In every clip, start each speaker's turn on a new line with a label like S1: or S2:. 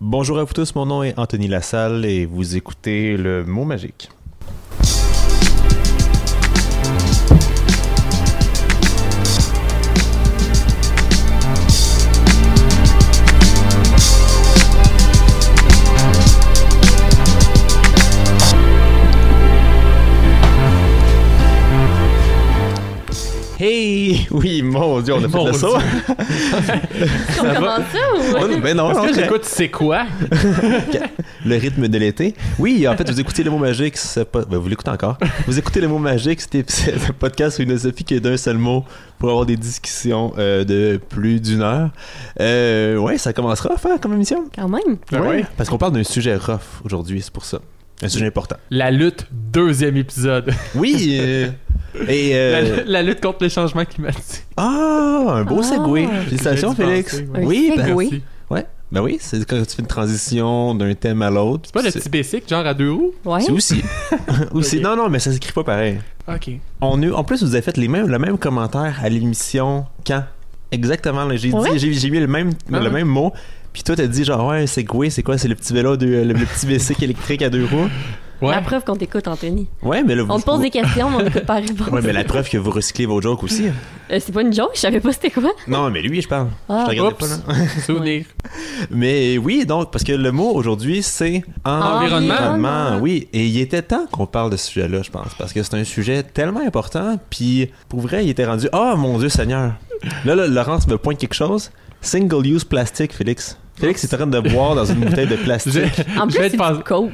S1: Bonjour à vous tous, mon nom est Anthony Lassalle et vous écoutez le mot magique. Hey! Oui, mon Dieu, on a
S2: Mon
S1: fait le saut.
S2: Dieu.
S3: On commence ça ou?
S1: On- Mais non,
S2: Est-ce
S1: on
S2: que
S1: fait-
S2: j'écoute c'est quoi?
S1: le rythme de l'été. Oui, en fait, vous écoutez le mot magique, ce po- ben, vous l'écoutez encore. Vous écoutez le mot magique, c'était c'est le podcast philosophie qui est d'un seul mot pour avoir des discussions euh, de plus d'une heure. Euh, ouais, ça commencera enfin comme émission.
S3: Quand même.
S2: Ah ouais?
S1: Parce qu'on parle d'un sujet rough aujourd'hui, c'est pour ça. Un sujet important.
S2: La lutte, deuxième épisode.
S1: Oui. euh, et
S2: La,
S1: euh,
S2: la lutte contre le changement climatique.
S1: ah, un beau
S3: Ah.
S1: segway. Félicitations,
S2: J'ai dû penser,
S1: Félix.
S2: ouais.
S1: Oui,
S3: Un
S1: ben,
S3: segway. Oui.
S2: Merci.
S1: ouais. Ben oui, c'est quand tu fais une transition d'un thème à l'autre.
S2: C'est pas le petit basic, genre à deux roues?
S3: Ouais.
S1: C'est aussi. aussi.
S2: Ok.
S1: Non, non, mais ça s'écrit pas pareil.
S2: Ok.
S1: On eut- en plus, vous avez fait les mêmes, le même commentaire à l'émission quand Exactement, là, j'ai
S3: Ouais.
S1: dit, j'ai, j'ai mis le même,
S2: Ah.
S1: le même mot, puis toi t'as dit genre ouais, c'est quoi, c'est quoi, c'est le petit vélo, de, le, le petit bicycle électrique à deux roues.
S2: Ouais.
S3: La preuve qu'on t'écoute, Anthony.
S1: Ouais, mais là vous.
S3: On te pose des questions, mais on n'écoute pas la réponse.
S1: Ouais, mais la preuve que vous recyclez vos jokes aussi.
S3: Euh, c'est pas une joke, je savais pas c'était quoi.
S1: Non, mais lui, je parle.
S3: Ah.
S1: Je te regardais pas
S2: Oups.
S1: là.
S2: Souvenir.
S1: Mais oui, donc parce que le mot aujourd'hui c'est
S2: Environnement.
S1: Ah, Environnement, oui. Et il était temps qu'on parle de ce sujet-là, je pense, parce que c'est un sujet tellement important. Puis, pour vrai, il était rendu. Ah, mon Dieu Seigneur! Là, là, Laurence me pointe quelque chose. Single-use plastique, Félix. Félix est en train de boire dans une bouteille de
S2: Je-
S1: plastique.
S3: En
S2: je vais
S3: plus, c'est
S2: être pas-
S3: du coke.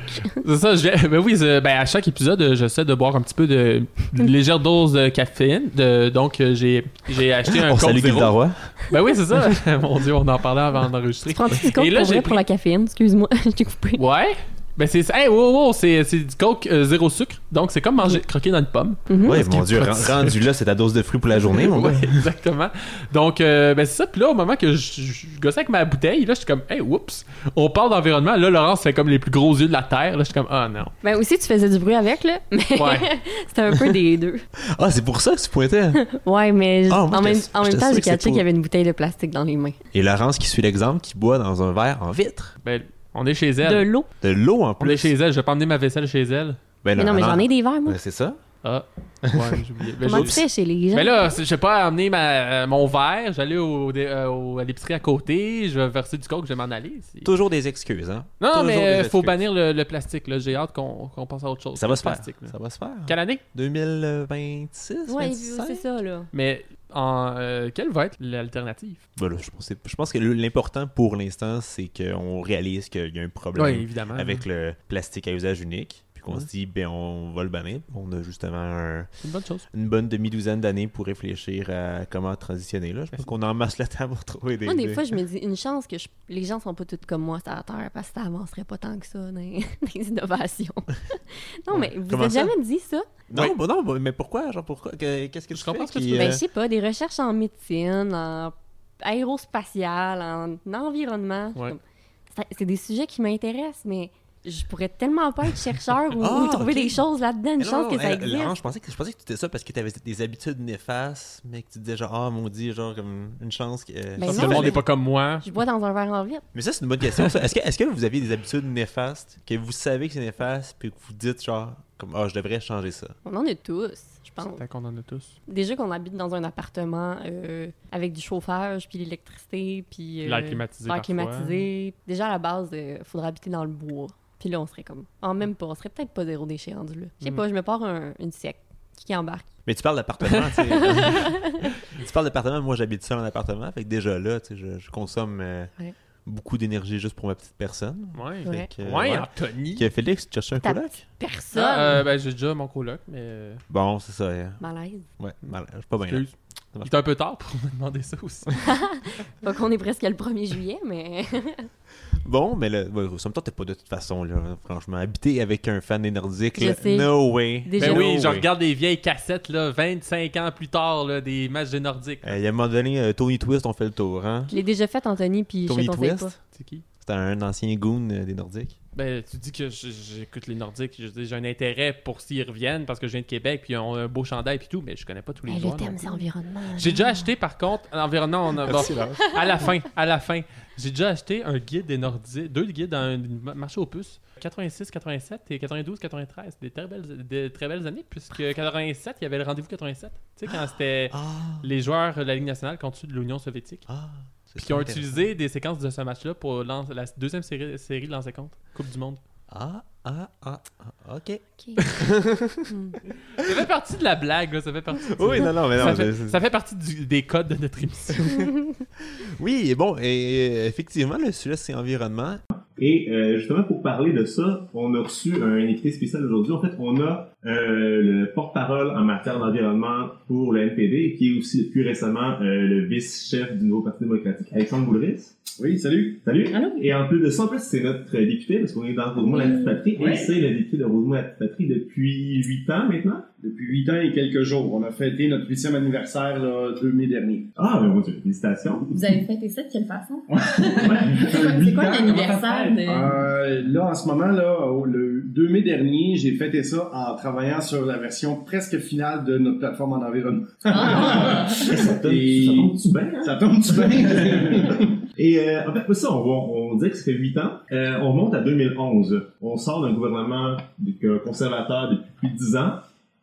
S2: C'est ça, je- ben oui, c'est- ben à chaque épisode, euh, j'essaie de boire un petit peu de une légère dose de caféine. De, donc, euh, j'ai j'ai acheté un
S1: On
S2: compte
S1: salue Guy
S2: zéro.
S1: Roy.
S3: Mmh.
S2: Ben oui, c'est ça. Mon Dieu, on en parlait avant d'enregistrer.
S3: Tu prends-tu du coke
S2: Et là,
S3: pour,
S2: j'ai
S3: vrai, pour
S2: pris-
S3: la caféine? Excuse-moi, je t'ai coupé.
S2: Ouais. Ben c'est... Hey, wow, wow, c'est, c'est du coke euh, zéro sucre. Donc, c'est comme manger, croquer dans une pomme.
S3: Mhm.
S1: Oui, mon Dieu,
S2: qu'il
S1: ren- rendu là, c'est ta dose de fruits pour la journée, mon gars.
S2: Ouais, exactement. Donc, euh, ben c'est ça. Puis là, au moment que je, je gossais avec ma bouteille, là, je suis comme, hey, oups, on parle d'environnement. Là, Laurence fait comme les plus gros yeux de la Terre. Là, je suis comme, ah non.
S3: Ben aussi, tu faisais du bruit avec, là, mais
S2: Ouais.
S3: c'était un peu des deux.
S1: Ah, c'est pour ça que tu pointais.
S3: Ouais, mais je-
S1: Ah, moi,
S3: en, même,
S1: j'étais-
S3: en même
S1: j'étais
S3: temps,
S1: sûr
S3: j'ai
S1: que c'est
S3: catché
S1: pour-
S3: qu'il y avait une bouteille de plastique dans les mains.
S1: Et Laurence qui suit l'exemple, qui boit dans un verre en vitre.
S2: Ben, on est chez
S3: De
S2: elle.
S3: l'eau.
S1: De l'eau en
S2: On est
S1: plus.
S2: chez elle. Je vais pas emmener ma vaisselle chez elle.
S1: Ben,
S3: Mais non, mais j'en ai des verres,
S1: Ouais,
S3: moi.
S1: Ben, c'est ça.
S2: Ah. Ouais, j'ai oublié. Ben,
S3: Comment
S2: j'ai-
S3: tu fais chez les gens?
S2: Mais là, c'est- je vais pas emmener ma, euh, mon verre. J'allais au, dé- euh, au- à l'épicerie à côté. Je vais verser du coke. Je vais m'en aller. C'est-
S1: Toujours des excuses, hein.
S2: Non,
S1: Toujours
S2: mais
S1: des
S2: euh, faut
S1: excuses.
S2: bannir le, le plastique. Là. J'ai hâte qu'on, qu'on pense à autre chose.
S1: Ça va
S2: Le
S1: se faire.
S2: plastique, là.
S1: Ça va se faire.
S2: Quelle année
S1: 2026?
S3: ouais,
S1: 25?
S3: c'est ça, là.
S2: Mais en, euh, quelle va être l'alternative
S1: Ben là, je, pense, que- je pense que l'important pour l'instant, c'est qu'on réalise qu'il y a un problème
S2: Oui, évidemment.
S1: avec le plastique à usage unique. Puis qu'on
S2: Ouais.
S1: se dit, ben, on va le bannir. On a justement un-
S2: C'est une bonne chose.
S1: une bonne demi-douzaine d'années pour réfléchir à comment transitionner. Là. Je pense qu'on en masse la table pour trouver des.
S3: Moi, Ah, des
S1: des-
S3: fois, je me dis une chance que je- les gens sont pas tous comme moi sur la Terre parce que ça avancerait pas tant que ça dans les, dans les innovations. non, mais vous
S1: Comment
S3: avez
S1: ça?
S3: jamais dit ça?
S1: Non,
S2: Oui.
S1: bah non, bah, mais pourquoi Genre, pourquoi Que- Qu'est-ce que
S2: Je
S1: tu
S2: comprends
S1: fais
S2: ce que tu
S1: qui,
S2: veux
S3: Ben,
S1: euh,
S3: je sais pas, des recherches en médecine, en aérospatiale, en environnement. Je suis
S2: Ouais.
S3: comme, c'est- C'est des sujets qui m'intéressent, mais je pourrais tellement pas être chercheur ou,
S1: Ah,
S3: ou trouver
S1: ok.
S3: des choses là-dedans, une
S1: Mais non, eh,
S3: chance que
S1: non,
S3: ça
S1: hey, Laurent,
S3: existe.
S1: je pensais que je pensais que tu disais ça parce que tu avais des habitudes néfastes, mais que tu disais genre ah mon dieu genre comme une chance que euh,
S3: Ben
S2: Parce
S1: chance
S2: que
S3: non,
S1: que
S2: le monde
S3: mais-
S2: n'est pas comme moi.
S3: Je bois dans un verre en vitre.
S1: Mais ça, c'est une bonne question. ça. Est-ce que, est-ce que vous avez des habitudes néfastes que vous savez que c'est néfaste puis que vous dites genre comme ah je devrais changer ça
S3: On en a tous, je pense.
S2: Tant qu'on en a tous.
S3: Déjà qu'on habite dans un appartement euh, avec du chauffage, puis l'électricité, puis... euh,
S2: L'air climatisé
S3: l'air
S2: parfois.
S3: climatisé. Déjà, à la base, il faudrait habiter dans le bois. Puis là, on serait comme... En même pas, on serait peut-être pas zéro déchet rendu là. Je sais
S2: Mm.
S3: pas, je me pars un- une siècle qui embarque.
S1: Mais tu parles d'appartement, tu sais. tu parles d'appartement, moi j'habite seul en appartement, fait que déjà là, tu sais, je, je consomme euh,
S3: Ouais.
S1: beaucoup d'énergie juste pour ma petite personne.
S2: Ouais.
S3: Ouais.
S1: Fait que,
S2: Ouais,
S1: euh, ouais.
S2: Anthony.
S1: Que Félix, tu cherches un
S3: Ta
S1: coloc?
S3: Personne!
S2: Ah, euh, ben, j'ai déjà mon coloc, mais. euh,
S1: Bon, c'est ça. hein.
S3: Malaise.
S1: Ouais, mal- je suis pas bien. là.
S2: excuse.
S1: Ça marche.
S2: Il est un peu tard pour me demander ça aussi.
S3: Pas qu'on est presque le 1er juillet, mais...
S1: Bon, mais là, ouais, somme toute, t'es pas de toute façon, là, franchement. Habiter avec un fan des Nordiques,
S3: Je
S1: là,
S3: sais.
S1: no way.
S3: Déjà.
S2: ben
S1: No
S2: oui, je
S1: way.
S2: regarde des vieilles cassettes, là, 25 ans plus tard, là, des matchs des Nordiques.
S1: Euh, Il y a un moment donné, euh, Tony Twist, on fait le tour, hein?
S3: Je l'ai déjà fait, Anthony, puis je
S1: Tony
S3: te conseille pas.
S1: Twist?
S2: C'est qui
S1: T'es un ancien goon euh, des Nordiques.
S2: Ben, tu dis que je- j'écoute les Nordiques, je dis, j'ai un intérêt pour s'ils reviennent parce que je viens de Québec, puis ils ont un beau chandail puis tout, mais je connais pas tous les
S3: Eh,
S2: joueurs.
S3: le
S2: non
S3: thème,
S2: plus.
S3: c'est environnement.
S2: J'ai déjà acheté par contre, l'environnement,
S1: Ah,
S2: on a, bon, à la fin, à la fin, j'ai déjà acheté un guide des Nordiques, deux guides dans un ma- marché aux puces, 86, 87 et 92, 93, des très belles, des très belles années, puisque 87, il y avait le rendez-vous 87, tu sais, quand c'était
S1: Ah!
S2: les joueurs de la Ligue nationale contre ceux de l'Union soviétique,
S1: Ah! c'est
S2: puis qui ont
S1: intéressant.
S2: utilisé des séquences de ce match-là pour l'an- la deuxième série, série de l'an 50, Coupe du Monde.
S1: Ah, ah, ah, ah, ok.
S3: Ok. Hmm.
S2: Ça fait partie de la blague, là, ça fait partie. de-
S1: Oui, non, non, mais non.
S2: ça,
S1: je-
S2: fait, ça fait partie du- des codes de notre émission.
S1: Oui, et bon, et euh, effectivement, le sujet, c'est environnement.
S4: Et euh, justement, pour parler de ça, on a reçu un invité spécial aujourd'hui. En fait, on a euh, le porte-parole en matière d'environnement pour le NPD, qui est aussi plus récemment euh, le vice-chef du nouveau Parti démocratique, Alexandre Boulris.
S5: Oui, salut.
S4: Salut! Et en plus de ça, en plus, c'est notre euh, député, parce qu'on est dans Rosemont-la-Petite-Patrie, et
S5: Ouais.
S4: c'est le député de Rosemont-la-Petite-Patrie depuis 8 ans maintenant.
S5: Depuis huit ans et quelques jours, on a fêté notre huitième anniversaire là, le 2 mai dernier.
S4: Ah, mais mon Dieu, félicitations!
S6: Vous avez fêté ça de quelle façon? C'est quoi-
S5: C'est
S6: c'est quoi l'anniversaire
S3: Mm.
S6: de...
S5: Euh, là, en ce moment, là, au- le 2 mai dernier, j'ai fêté ça en travaillant sur la version presque finale de notre plateforme en environnement.
S6: Ah!
S4: ça tombe-
S5: Et-
S4: ça tombe-tu bien, hein?
S5: Ça tombe-tu bien?
S4: Et euh, en fait, pour ça, on, va, on dit que ça fait 8 ans. Euh, on monte à 2011. On sort d'un gouvernement de- que- conservateur depuis plus de 10 ans.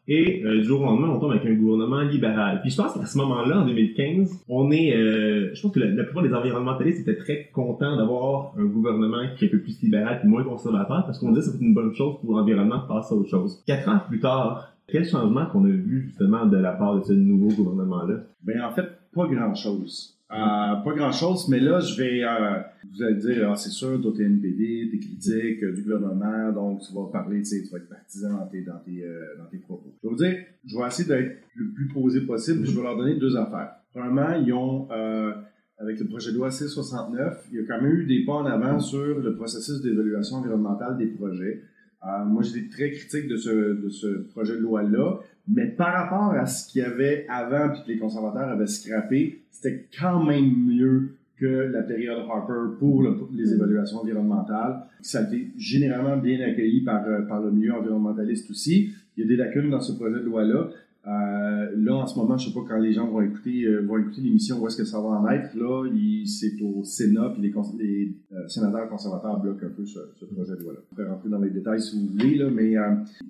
S4: Et euh, du jour au lendemain, on tombe avec un gouvernement libéral. Puis je pense qu'à ce moment-là, en 2015, on est... euh, je pense que la, la plupart des environnementalistes étaient très contents d'avoir un gouvernement qui est un peu plus libéral et moins conservateur, parce qu'on disait que c'était une bonne chose pour l'environnement de passer à autre chose. Quatre ans plus tard, quel changement qu'on a vu justement de la part de ce nouveau gouvernement-là?
S5: Ben, en fait, pas grand-chose. Euh, pas grand-chose, mais là, je vais... euh, vous allez dire, ah, c'est sûr, toi, t'es NPD, t'es critique euh, du gouvernement, donc tu vas parler, tu sais, tu vas être partisan dans tes, dans tes, euh, dans tes propos. Je vais vous dire, je vais essayer d'être le plus posé possible, puis je vais leur donner deux affaires. Premièrement, ils ont... euh, avec le projet de loi C69, il y a quand même eu des pas en avant sur le processus d'évaluation environnementale des projets. Euh, moi, j'étais très critique de ce, de ce projet de loi-là, mais par rapport à ce qu'il y avait avant puis que les conservateurs avaient scrappé, c'était quand même mieux que la période Harper pour le- les évaluations environnementales. Ça a été généralement bien accueilli par, euh, par le milieu environnementaliste aussi. Il y a des lacunes dans ce projet de loi-là. Euh, là, en ce moment, je sais pas quand les gens vont écouter, euh, vont écouter l'émission, où est-ce que ça va en être. Là, il- c'est au Sénat, puis les, cons- les, euh, sénateurs conservateurs bloquent un peu ce, ce projet de loi-là. On pourrait rentrer dans les détails si vous voulez, là, mais euh,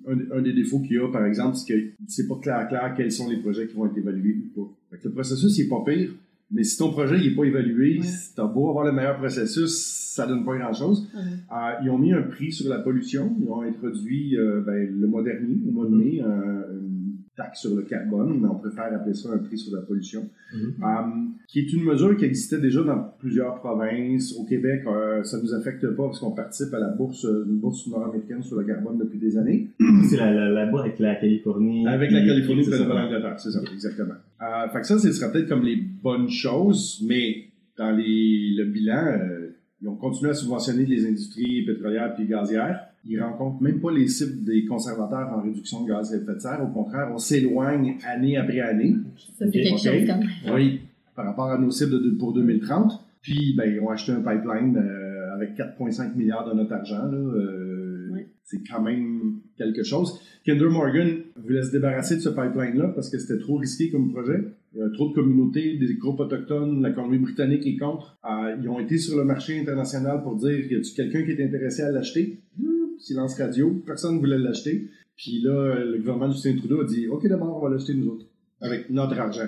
S5: un, un des défauts qu'il y a, par exemple, c'est que c'est pas clair, clair quels sont les projets qui vont être évalués ou pas. Fait que le processus, il est pas pire, mais si ton projet, il est pas évalué, si t'as beau avoir le meilleur processus, ça donne pas grand-chose. Euh, ils ont mis un prix sur la pollution. Ils ont introduit euh, ben, le mois dernier, au mois de mai, euh, une taxe sur le carbone, mais on préfère appeler ça un prix sur la pollution,
S4: Mm-hmm.
S5: Euh, qui est une mesure qui existait déjà dans plusieurs provinces. Au Québec, euh, ça nous affecte pas parce qu'on participe à la bourse, une bourse nord-américaine sur le carbone depuis des années.
S4: C'est la, la, la boîte avec la Californie.
S5: Avec la
S4: Puis-
S5: Californie et
S4: c'est
S5: la
S4: ça.
S5: Nouvelle-Angleterre, c'est ça, exactement. Euh, fait que ça, ce serait peut-être comme les bonnes choses, mais dans les, le bilan, euh, ils ont continué à subventionner les industries pétrolières et gazières. Ils rencontrent même pas les cibles des conservateurs en réduction de gaz à effet de serre. Au contraire, on s'éloigne année après année.
S6: Ça, c'est quelque
S5: Ok.
S6: chose comme...
S5: Oui. Par rapport à nos cibles de, pour 2030. Puis, ben, ils ont acheté un pipeline euh, avec 4,5 milliards de notre argent. Là, euh,
S6: Oui.
S5: C'est quand même quelque chose. Kinder Morgan voulait se débarrasser de ce pipeline-là parce que c'était trop risqué comme projet. Il y a trop de communautés, des groupes autochtones, la Colombie-Britannique est contre. Euh, ils ont été sur le marché international pour dire y a-tu quelqu'un qui est intéressé à l'acheter Hum, Silence radio, personne ne voulait l'acheter. Puis là, le gouvernement de Justin Trudeau a dit OK, d'abord, on va l'acheter nous autres, avec notre argent.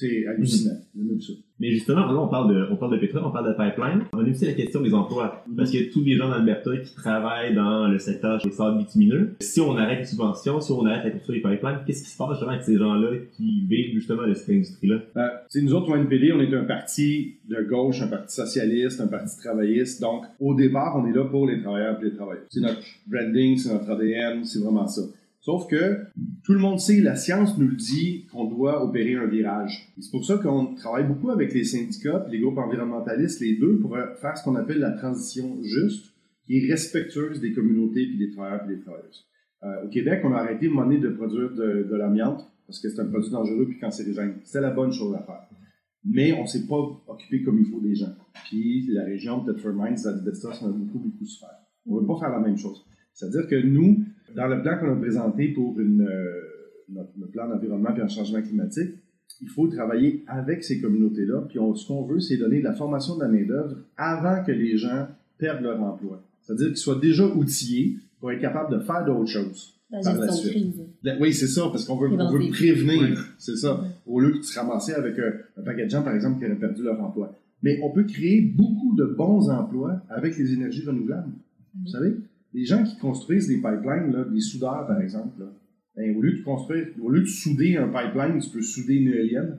S5: C'est hallucinant. J'aime ça.
S4: Mais justement, là, on parle, de, on parle de pétrole, on parle de pipeline. On a aussi la question des emplois.
S5: Mm-hmm.
S4: Parce qu'il y a tous les gens d'Alberta qui travaillent dans le secteur des sables bitumineux. Si on arrête les subventions, si on arrête la construction des pipelines, qu'est-ce qui se passe justement avec ces gens-là qui vivent justement de cette industrie-là?
S5: Euh, tu sais, nous autres, au NPD, on est un parti de gauche, un parti socialiste, un parti travailliste. Donc, au départ, on est là pour les travailleurs et les travailleurs. C'est notre branding, c'est notre ADN, c'est vraiment ça. Sauf que tout le monde sait, la science nous le dit, qu'on doit opérer un virage. Et C'est pour ça qu'on travaille beaucoup avec les syndicats, puis les groupes environnementalistes, les deux, pour euh, faire ce qu'on appelle la transition juste, qui est respectueuse des communautés, puis des travailleurs, puis des travailleuses. Euh, au Québec, on a arrêté de monnaie de produire de, de l'amiante parce que c'est un produit dangereux puis cancérigène. C'était la bonne chose à faire. mais on ne s'est pas occupé comme il faut des gens. Puis la région de Thetford Mines, d'Alberta, ça a beaucoup, beaucoup souffert. On ne veut pas faire la même chose. C'est-à-dire que nous, dans le plan qu'on a présenté pour une, euh, notre, notre plan d'environnement et un changement climatique, il faut travailler avec ces communautés-là. Puis on- ce qu'on veut, c'est donner de la formation de la main-d'œuvre avant que les gens perdent leur emploi. C'est-à-dire qu'ils soient déjà outillés pour être capables de faire d'autres choses.
S6: La
S5: Par la
S6: gestion de
S5: suite.
S6: crise.
S5: La- Ben Oui, c'est ça, parce qu'on veut, on veut
S6: Préventif.
S5: prévenir, c'est ça, au lieu de se ramasser avec un, un paquet de gens, par exemple, qui auraient perdu leur emploi. Mais on peut créer beaucoup de bons emplois avec les énergies renouvelables. Vous savez, les gens qui construisent des pipelines, là, des soudeurs, par exemple, là, ben, au lieu de construire, au lieu de souder un pipeline, tu peux souder une éolienne.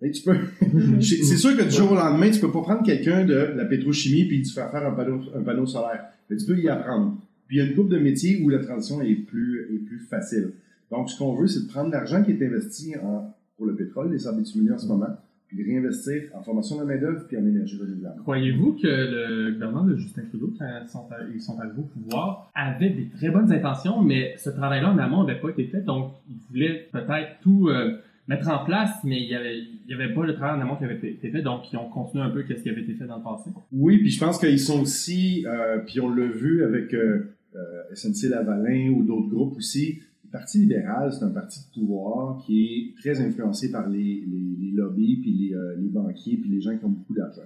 S5: Ben, tu peux. c'est c'est sûr que du jour au lendemain, tu peux pas prendre quelqu'un de la pétrochimie puis lui faire faire un panneau, un panneau solaire. Mais tu peux y apprendre. Puis il y a une coupe de métiers où la transition est plus, est plus facile. Donc, ce qu'on veut, c'est de prendre l'argent qui est investi en- pour le pétrole, les sables bitumineux en ce moment, puis le réinvestir en formation de la main-d'œuvre puis en énergie renouvelable.
S7: Croyez-vous que le gouvernement de Justin Trudeau, quand ils sont, ils sont arrivés au pouvoir, avait des très bonnes intentions, mais ce travail-là en amont n'avait pas été fait, donc ils voulaient peut-être tout euh, mettre en place, mais il n'y avait, il y avait pas le travail en amont qui avait été été fait, donc ils ont continué un peu ce qui avait été fait dans le passé.
S5: Oui, puis je pense qu'ils sont aussi, euh, puis on l'a vu avec euh, euh, SNC Lavalin ou d'autres groupes aussi, le Parti libéral, c'est un parti de pouvoir qui est très influencé par les, les- les lobbies, puis les, euh, les banquiers, puis les gens qui ont beaucoup d'argent.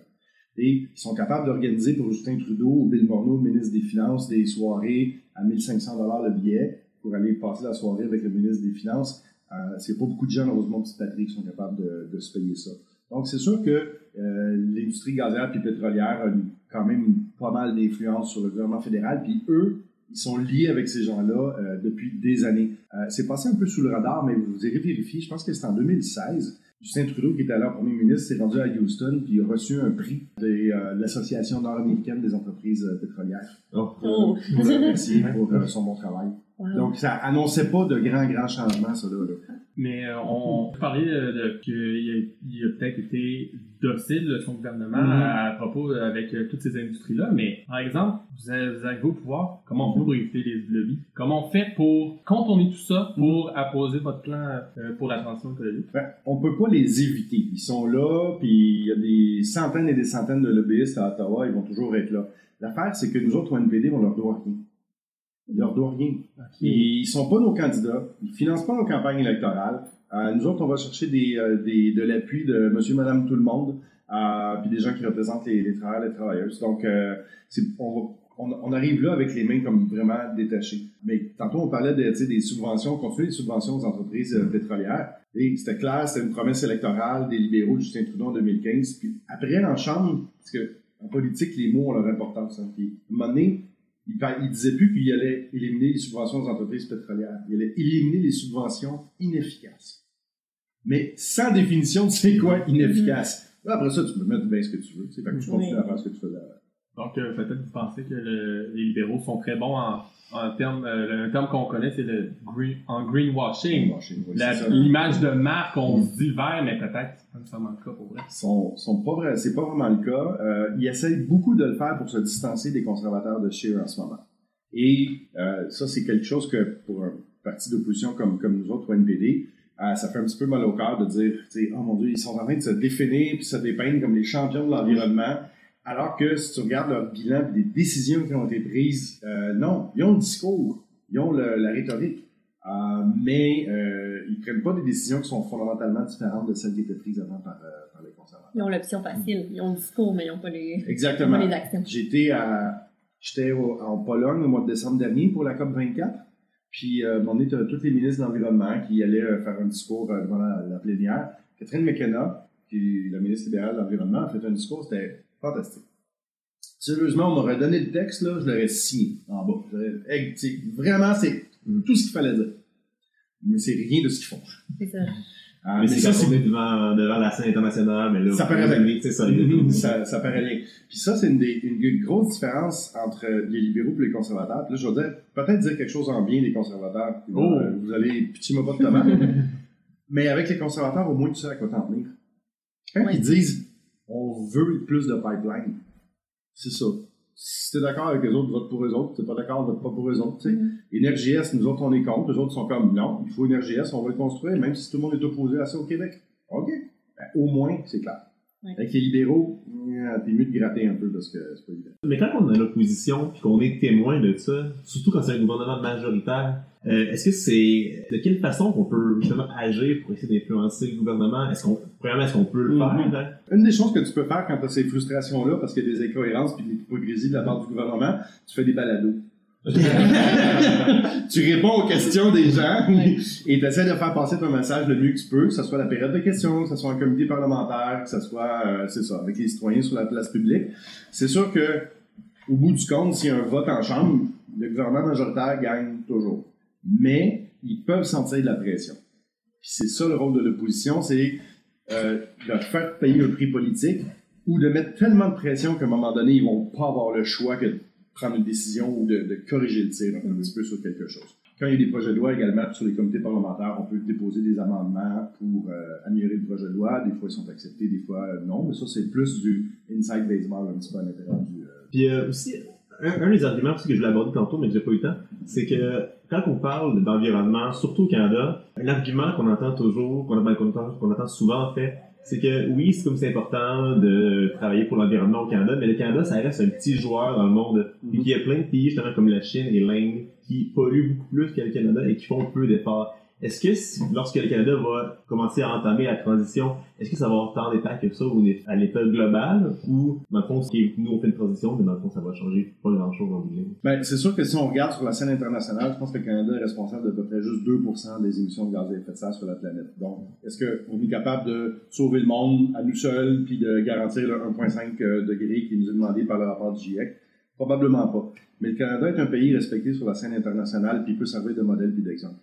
S5: Et ils sont capables d'organiser pour Justin Trudeau ou Bill Morneau, le ministre des Finances, des soirées à 1500 le billet pour aller passer la soirée avec le ministre des Finances. Euh, c'est pas beaucoup de gens, heureusement, petite patrie, qui sont capables de, de se payer ça. Donc, c'est sûr que euh, l'industrie gazière puis pétrolière a une- quand même une- pas mal d'influence sur le gouvernement fédéral. Puis eux, ils sont liés avec ces gens-là euh, depuis des années. Euh, c'est passé un peu sous le radar, mais vous irez vérifier. Je pense que c'est en 2016. Justin Trudeau, qui était alors premier ministre, s'est rendu à Houston puis il a reçu un prix de euh, l'Association nord-américaine des entreprises euh, pétrolières Euh,
S4: Oh.
S6: Oh.
S5: pour le remercier pour euh, son bon travail.
S6: Wow.
S5: Donc, ça annonçait pas de grands, grands changements, ça, là. là.
S7: Mais euh, on on parlait euh, de- qu'il a, il a peut-être été docile, son gouvernement,
S5: Mhm.
S7: à, à propos euh, avec euh, toutes ces industries-là. Mais par exemple, vous, avez- vous arrivez au pouvoir, comment on fait
S5: Mm-hmm.
S7: pour éviter les lobbies? Comment on fait pour contourner tout ça pour apposer votre plan euh, pour la transition écologique?
S5: Ben, on peut pas les éviter. Ils sont là, puis il y a des centaines et des centaines de lobbyistes à Ottawa, ils vont toujours être là. L'affaire, c'est que nous autres, au NPD, on leur doit rien. On leur doit rien. Ils Ils sont pas nos candidats, ils financent pas nos campagnes électorales. Euh, nous autres, on va chercher des, euh, des- de l'appui de monsieur, madame, tout le monde, euh, puis des gens qui représentent les, les travailleurs, les travailleuses. Donc, euh, c'est- on, va- on- on arrive là avec les mains comme vraiment détachées. Mais tantôt, on parlait de, tu sais, des subventions, continuer les subventions aux entreprises euh, pétrolières. Et c'était clair, c'était une promesse électorale des libéraux de Justin Trudeau en 2015. Puis après, en chambre, parce que en politique, les mots ont leur importance. hein. Puis, à un moment donné, il, par- il disait plus qu'il allait éliminer les subventions aux entreprises pétrolières. Il allait éliminer les subventions inefficaces. Mais sans définition, tu sais quoi, inefficace. Là, après ça, tu peux mettre bien ce que tu veux. C'est fait que tu continues
S6: Oui.
S5: à faire ce que tu faisais avant.
S7: Donc, euh, peut-être vous pensez que le- les libéraux sont très bons en, en terme, un terme qu'on connaît, c'est le green, en greenwashing.
S5: Bon, chez nous,
S7: La-
S5: c'est ça.
S7: L'image de marque, on se dit vert, mais peut-être c'est pas nécessairement le cas pour vrai.
S5: sont, sont pas vra- c'est pas vraiment le cas. Euh, ils essayent beaucoup de le faire pour se distancer des conservateurs de Scheer en ce moment. Et euh, ça, c'est quelque chose que pour un parti d'opposition comme, comme nous autres au NPD, euh, ça fait un petit peu mal au cœur de dire, tu sais, oh mon Dieu, ils sont en train de se définir puis se dépeindre comme les champions de l'environnement, alors que si tu regardes leur bilan puis les décisions qui ont été prises, euh, non, ils ont le discours, ils ont le- la rhétorique, euh, mais euh, ils prennent pas des décisions qui sont fondamentalement différentes de celles qui étaient prises avant par, euh, par les conservateurs.
S6: Ils ont l'option facile. Ils ont le discours, mais ils n'ont pas les, ils ont
S5: Hmm. Exactement.
S6: pas les actions.
S5: J'étais à, j'étais au- en Pologne au mois de décembre dernier pour la COP 24. Puis, euh, on était tous les ministres de l'Environnement qui allaient euh, faire un discours euh, devant la, la plénière. Catherine McKenna, qui est la ministre libérale de l'Environnement, a fait un discours, c'était fantastique. Sérieusement, on m'aurait donné le texte, là, je l'aurais signé en bas. J'aurais- hey, tu sais, Vraiment, c'est
S4: Hmm.
S5: tout ce qu'il fallait dire. Mais c'est rien de ce qu'ils font.
S6: C'est ça.
S5: Ah,
S4: mais
S5: mais ça,
S4: c'est
S5: c'est
S4: quand on est devant, devant la scène internationale, mais là,
S5: Ça paraît Mm-hmm. bien.
S4: c'est ça.
S5: ça, ça paraît bien. Puis ça, c'est une, des- une- une grosse différence entre les libéraux et les conservateurs. Puis là, je vais dire- peut-être dire quelque chose en bien des conservateurs. Puis,
S7: Oh.
S5: euh, vous allez pitcher-moi pas de tomate. Mais avec les conservateurs, au moins, tu sais à quoi t'en tenir. Quand
S6: Ouais.
S5: ils disent « on veut plus de pipeline », c'est ça. Si t'es d'accord avec les autres, vote pour eux autres. Si t'es pas d'accord, vote pas pour eux autres. tu sais.
S6: Mm-hmm.
S5: NRJS, nous autres, on est contre. Les autres sont comme « non, il faut NRJS, on va le construire, même si tout le monde est opposé à ça au Québec ». OK. Ben, au moins, c'est clair.
S6: Ouais.
S5: Avec les libéraux, euh, t'es mieux de gratter un peu parce que c'est pas évident.
S4: Mais quand on est dans l'opposition puis qu'on est témoin de ça, surtout quand c'est un gouvernement majoritaire, euh, est-ce que c'est de quelle façon qu'on peut justement agir pour essayer d'influencer le gouvernement Est-ce qu'on premièrement est-ce qu'on peut le faire hein?
S5: Mhm. Une des choses que tu peux faire quand tu as ces frustrations-là, parce qu'il y a des incohérences puis de l'hypocrisie de la part du gouvernement, tu fais des balados. tu réponds aux questions des gens et tu essaies de faire passer ton message le mieux que tu peux, que ce soit la période de questions, que ce soit un comité parlementaire, que ce soit, euh, c'est ça, avec les citoyens sur la place publique. C'est sûr que, au bout du compte, s'il y a un vote en chambre, le gouvernement majoritaire gagne toujours. Mais ils peuvent sentir de la pression. Puis c'est ça le rôle de l'opposition, c'est euh, de faire payer un prix politique ou de mettre tellement de pression qu'à un moment donné, ils vont pas avoir le choix que de prendre une décision ou de, de corriger le tir un petit peu sur quelque chose. Quand il y a des projets de loi également sur les comités parlementaires, on peut déposer des amendements pour euh, améliorer le projet de loi. Des fois, ils sont acceptés, des fois, euh, non. Mais ça, c'est plus du inside baseball un petit peu à l'intérieur du... euh,
S4: Puis euh, aussi, un, un des arguments aussi que je voulais aborder tantôt, mais que j'ai pas eu le temps, c'est que quand on parle d'environnement, surtout au Canada, l'argument qu'on entend toujours, qu'on qu'on entend, qu'on entend souvent en fait, c'est que oui, c'est comme c'est important de travailler pour l'environnement au Canada, mais le Canada, ça reste un petit joueur dans le monde. Et qu'il y a plein de pays, justement, comme la Chine et l'Inde, qui polluent beaucoup plus que le Canada et qui font peu d'efforts. Est-ce que si- lorsque le Canada va commencer à entamer la transition, est-ce que ça va avoir tant d'impact que ça au niveau- à l'état global ou dans le fond, ce qui est- nous on fait une transition, mais dans le fond ça va changer pas grand-chose en bout de ligne?
S5: Ben, c'est sûr que si on regarde sur la scène internationale, je pense que le Canada est responsable d'à peu près juste 2% des émissions de gaz à effet de serre sur la planète. Donc, est-ce qu'on est capable de sauver le monde à nous seuls puis de garantir le 1,5 euh, degré qui nous est demandé par le rapport du GIEC? Probablement pas. Mais le Canada est un pays respecté sur la scène internationale puis il peut servir de modèle puis d'exemple.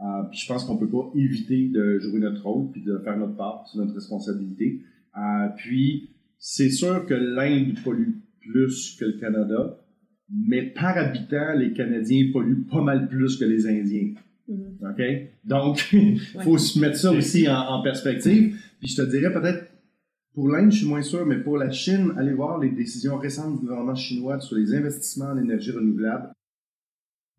S5: Euh, puis je pense qu'on peut pas éviter de jouer notre rôle puis de faire notre part, c'est notre responsabilité. Euh, puis c'est sûr que l'Inde pollue plus que le Canada, mais par habitant, les Canadiens polluent pas mal plus que les Indiens.
S6: Mhm.
S5: OK? Donc, il faut se mettre ça aussi en, en perspective. Puis je te dirais peut-être, pour l'Inde, je suis moins sûr, mais pour la Chine, allez voir les décisions récentes du gouvernement chinois sur les investissements en énergie renouvelable.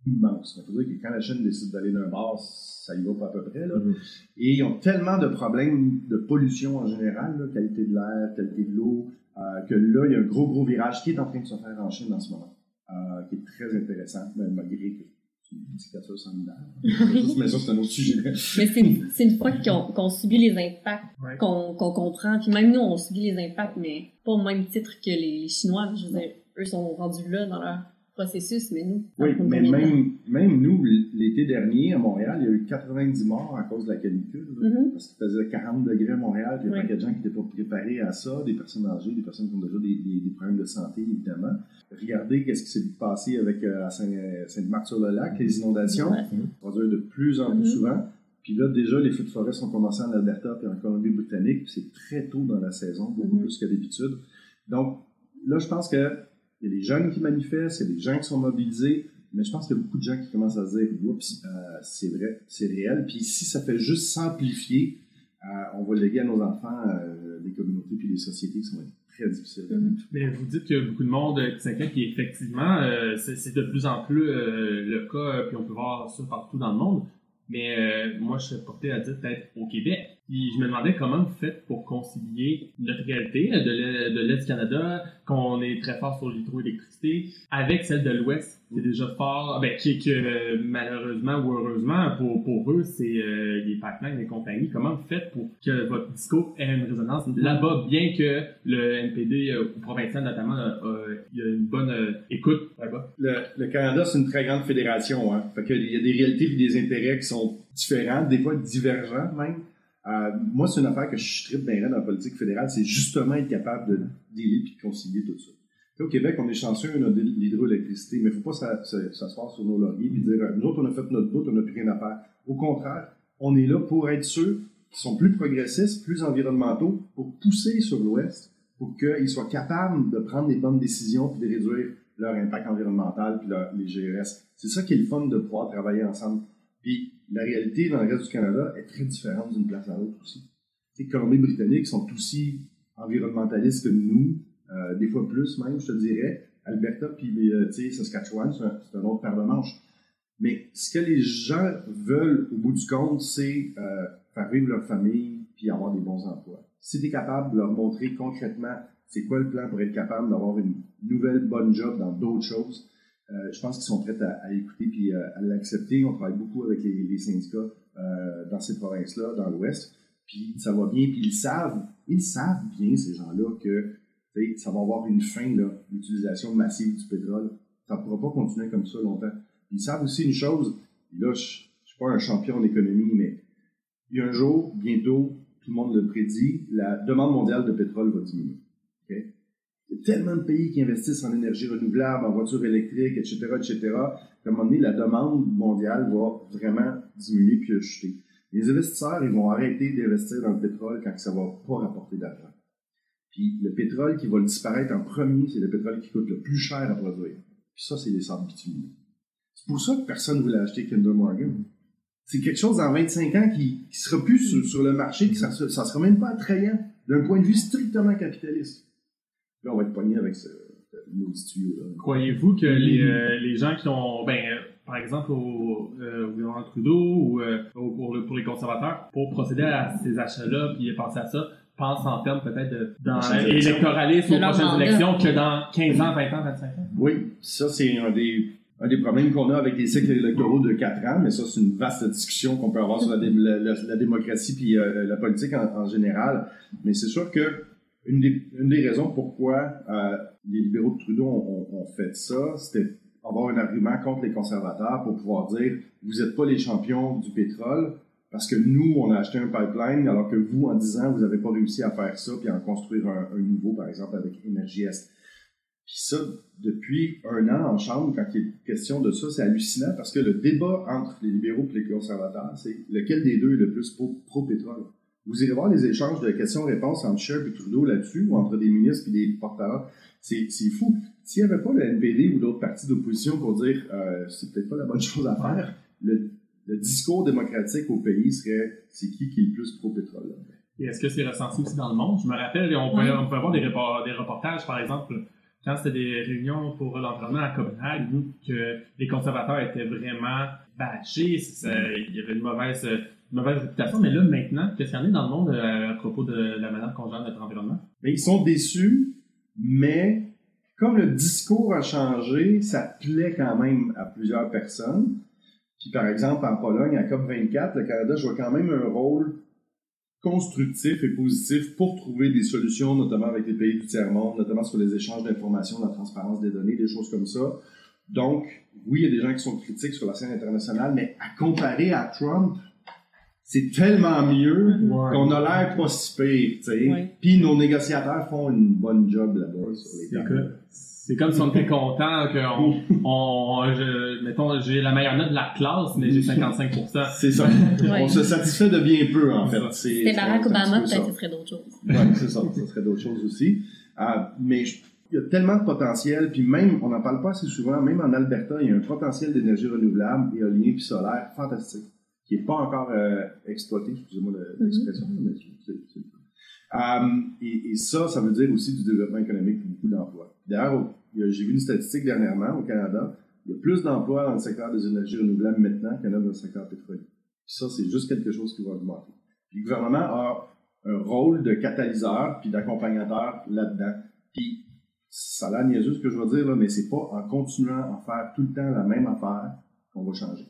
S5: Immense. Ça veut dire que quand la Chine décide d'aller d'un bar, ça y va pas à peu près. Là.
S4: Mhm.
S5: Et ils ont tellement de problèmes de pollution en général, là, qualité de l'air, qualité de l'eau, euh, que là, il y a un gros, gros virage qui est en train de se faire en Chine en ce moment euh, qui est très intéressant, mais malgré que c'est une dictature sanitaire. Juste, mais ça, c'est un autre sujet.
S6: Mais c'est une, c'est une fois qu'on qu'on subit les impacts,
S7: Ouais.
S6: qu'on qu'on comprend. Puis même nous, on subit les impacts, mais pas au même titre que les, les Chinois. Je veux dire, eux sont rendus là dans leur processus, mais nous. ça
S5: Oui,
S6: prend
S5: mais
S6: combien de temps?
S5: même, même nous, l'été dernier, à Montréal, il y a eu 90 morts à cause de la canicule. là,
S6: Mhm.
S5: Parce qu'il faisait 40 degrés à Montréal, puis il y a
S6: Oui.
S5: pas de gens qui n'étaient pas préparés à ça, des personnes âgées, des personnes qui ont déjà des, des- des problèmes de santé, évidemment. Regardez qu'est-ce qui s'est passé avec euh, à Saint- Sainte-Marthe-sur-le-Lac, les inondations. on va dire de plus en plus
S6: Mhm.
S5: souvent. Puis là, déjà, les feux de forêt sont commencés en Alberta puis en Colombie-Britannique, puis c'est très tôt dans la saison, beaucoup
S6: Mhm.
S5: plus qu'à d'habitude. Donc, là, je pense que il y a des jeunes qui manifestent, il y a des gens qui sont mobilisés, mais je pense qu'il y a beaucoup de gens qui commencent à se dire « Oups, euh, c'est vrai, c'est réel ». Puis si ça fait juste s'amplifier, euh, on va léguer à nos enfants euh, des communautés puis des sociétés qui sont très difficiles.
S6: Mhm.
S7: Mais vous dites qu'il y a beaucoup de monde euh, qui s'inquiète, puis effectivement, euh, c'est c'est de plus en plus euh, le cas, euh, puis on peut voir ça partout dans le monde. Mais euh, moi, je serais porté à dire peut-être au Québec. Puis je me demandais comment vous faites pour concilier notre réalité euh, de l'E- de l'Est du Canada, qu'on est très fort sur l'hydroélectricité, avec celle de l'Ouest, qui est déjà fort, ben, qui, que euh, malheureusement ou heureusement, pour, pour eux, c'est euh, les pipelines et compagnie. Comment vous faites pour que votre discours ait une résonance là-bas, bien que le NPD, euh, au provincial notamment, euh, euh, il y a une bonne euh, écoute là-bas?
S5: le, le Canada, c'est une très grande fédération. Hein. Fait que il y a des réalités et des intérêts qui sont différents, des fois divergents même. Euh, moi, c'est une affaire que je tripe bien raide dans la politique fédérale, c'est justement être capable de délire et de concilier tout ça. Là, au Québec, on est chanceux, on a de l'hydroélectricité, mais il ne faut pas s'a- se- s'asseoir sur nos lauriers et dire euh, nous autres, on a fait notre bout, on n'a plus rien à faire. Au contraire, on est là pour être ceux qui sont plus progressistes, plus environnementaux, pour pousser sur l'Ouest, pour qu'ils soient capables de prendre les bonnes décisions et de réduire leur impact environnemental puis leur- les GRS. C'est ça qui est le fun de pouvoir travailler ensemble. Puis la réalité dans le reste du Canada est très différente d'une place à l'autre aussi. Les Colombie-Britanniques sont aussi environnementalistes que nous, euh, des fois plus même, je te dirais. Alberta puis euh, tu sais, Saskatchewan, c'est un, c'est un autre paire de manches. Mais ce que les gens veulent au bout du compte, c'est euh, faire vivre leur famille puis avoir des bons emplois. si tu es capable de leur montrer concrètement c'est quoi le plan pour être capable d'avoir une nouvelle bonne job dans d'autres choses, euh, je pense qu'ils sont prêts à, à écouter puis euh, à l'accepter. On travaille beaucoup avec les, les syndicats euh, dans ces provinces-là, dans l'Ouest, puis ça va bien, puis ils savent, ils savent bien, ces gens-là, que tu sais, ça va avoir une fin, là, l'utilisation massive du pétrole. Ça ne pourra pas continuer comme ça longtemps. Ils savent aussi une chose, et là, je ne suis pas un champion en économie, mais il y a un jour, bientôt, tout le monde le prédit, la demande mondiale de pétrole va diminuer. OK? Il y a tellement de pays qui investissent en énergie renouvelable, en voitures électriques, etc., etc., qu'à un moment donné, la demande mondiale va vraiment diminuer puis chuter. Les investisseurs, ils vont arrêter d'investir dans le pétrole quand ça ne va pas rapporter d'argent. Puis le pétrole qui va disparaître en premier, c'est le pétrole qui coûte le plus cher à produire. Puis ça, c'est les sables bitumineux. C'est pour ça que personne ne voulait acheter Kinder Morgan. C'est quelque chose dans 25 ans qui ne sera plus sur, sur le marché, qui ça ne sera même pas attrayant d'un point de vue strictement capitaliste. Là, on va être pogné avec ce ce maudit tuyau-là.
S7: Croyez-vous que les, euh, les gens qui ont, ben, euh, par exemple, au, euh, au gouvernement Trudeau ou euh, au- pour, le- pour les conservateurs, pour procéder à ces achats-là puis penser à ça, pensent en termes peut-être de- dans
S5: Prochaines élections.
S7: électoralisme
S6: De
S7: aux
S6: leur
S7: prochaines
S6: mandat.
S7: élections que dans 15 ans, 20 ans, 25 ans?
S5: Oui, ça, c'est un des, un des problèmes qu'on a avec les cycles électoraux de 4 ans, mais ça, c'est une vaste discussion qu'on peut avoir sur la, dé- la- la- la démocratie puis euh, la politique en, en général. Mais c'est sûr que une des, une des raisons pourquoi euh, les libéraux de Trudeau ont, ont- ont fait ça, c'était avoir un argument contre les conservateurs pour pouvoir dire vous n'êtes pas les champions du pétrole parce que nous, on a acheté un pipeline alors que vous, en 10 ans, vous n'avez pas réussi à faire ça puis à en construire un, un nouveau, par exemple, avec Énergie Est. Puis ça, depuis un an en Chambre, quand il est question de ça, c'est hallucinant parce que le débat entre les libéraux et les conservateurs, c'est lequel des deux est le plus pro- pro-pétrole. Vous irez voir les échanges de questions-réponses entre Sher et Trudeau là-dessus, ou entre des ministres et des porte-parole. C'est c'est fou. S'il n'y avait pas le NPD ou d'autres partis d'opposition pour dire euh, c'est peut-être pas la bonne chose à faire, le, le discours démocratique au pays serait c'est qui qui est le plus pro-pétrole. là?
S7: Et est-ce que c'est ressenti aussi dans le monde? Je me rappelle, on pouvait, on pouvait voir des, repor- des reportages, par exemple, quand c'était des réunions pour l'environnement à Copenhague, que les conservateurs étaient vraiment bâchés, ça- il y avait une mauvaise, euh, une mauvaise réputation. Mais là, maintenant, qu'est-ce qu'il y en a dans le monde euh, à propos de la manière qu'on gère notre environnement?
S5: Mais Ben, ils sont déçus, mais comme le discours a changé, ça plaît quand même à plusieurs personnes. Puis par exemple, en Pologne, à COP24, le Canada joue quand même un rôle constructif et positif pour trouver des solutions, notamment avec les pays du tiers-monde, notamment sur les échanges d'informations, la transparence des données, des choses comme ça. Donc, oui, il y a des gens qui sont critiques sur la scène internationale, mais à comparer à Trump, c'est tellement mieux qu'on a l'air pas si pire, tu sais.
S6: Ouais.
S5: Puis nos négociateurs font une bonne job là-bas sur les
S7: C'est
S5: tables.
S7: que- C'est comme si on était content que, on, on- je- mettons, j'ai la meilleure note de la classe, mais j'ai 55
S5: C'est ça.
S6: Ouais.
S5: On se satisfait de bien peu, en fait.
S6: C'était Barack
S5: c'est un petit
S6: Obama,
S5: peu ça.
S6: peut-être que ce serait d'autres choses.
S5: Ouais, c'est ça. Ça serait d'autres choses aussi. Ah, mais je- il y a tellement de potentiel, puis même, on n'en parle pas assez souvent, même en Alberta, il y a un potentiel d'énergie renouvelable, éolien puis solaire fantastique, qui n'est pas encore euh, exploité, excusez-moi le-
S6: Mm-hmm.
S5: l'expression, mais c'est- c'est- c'est- Ah, et, et ça, ça veut dire aussi du développement économique et beaucoup d'emplois. D'ailleurs, au- il y a- j'ai vu une statistique dernièrement au Canada, il y a plus d'emplois dans le secteur des énergies renouvelables maintenant qu'il y en a dans le secteur pétrolier. Puis ça, c'est juste quelque chose qui va augmenter. Puis le gouvernement a un rôle de catalyseur puis d'accompagnateur là-dedans. Puis ça a l'air niaiseux ce que je veux dire, là, mais c'est pas en continuant à faire tout le temps la même affaire qu'on va changer.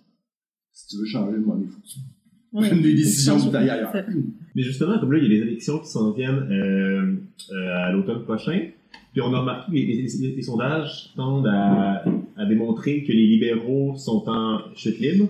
S5: Si tu veux changer, le monde est foutu.
S6: Ouais.
S5: Prendre des décisions
S6: Change-
S5: d'ailleurs.
S4: Mais justement, comme là, il y a les élections qui s'en viennent euh, euh, à l'automne prochain. Puis on a remarqué que les, les- les sondages tendent à, à démontrer que les libéraux sont en chute libre.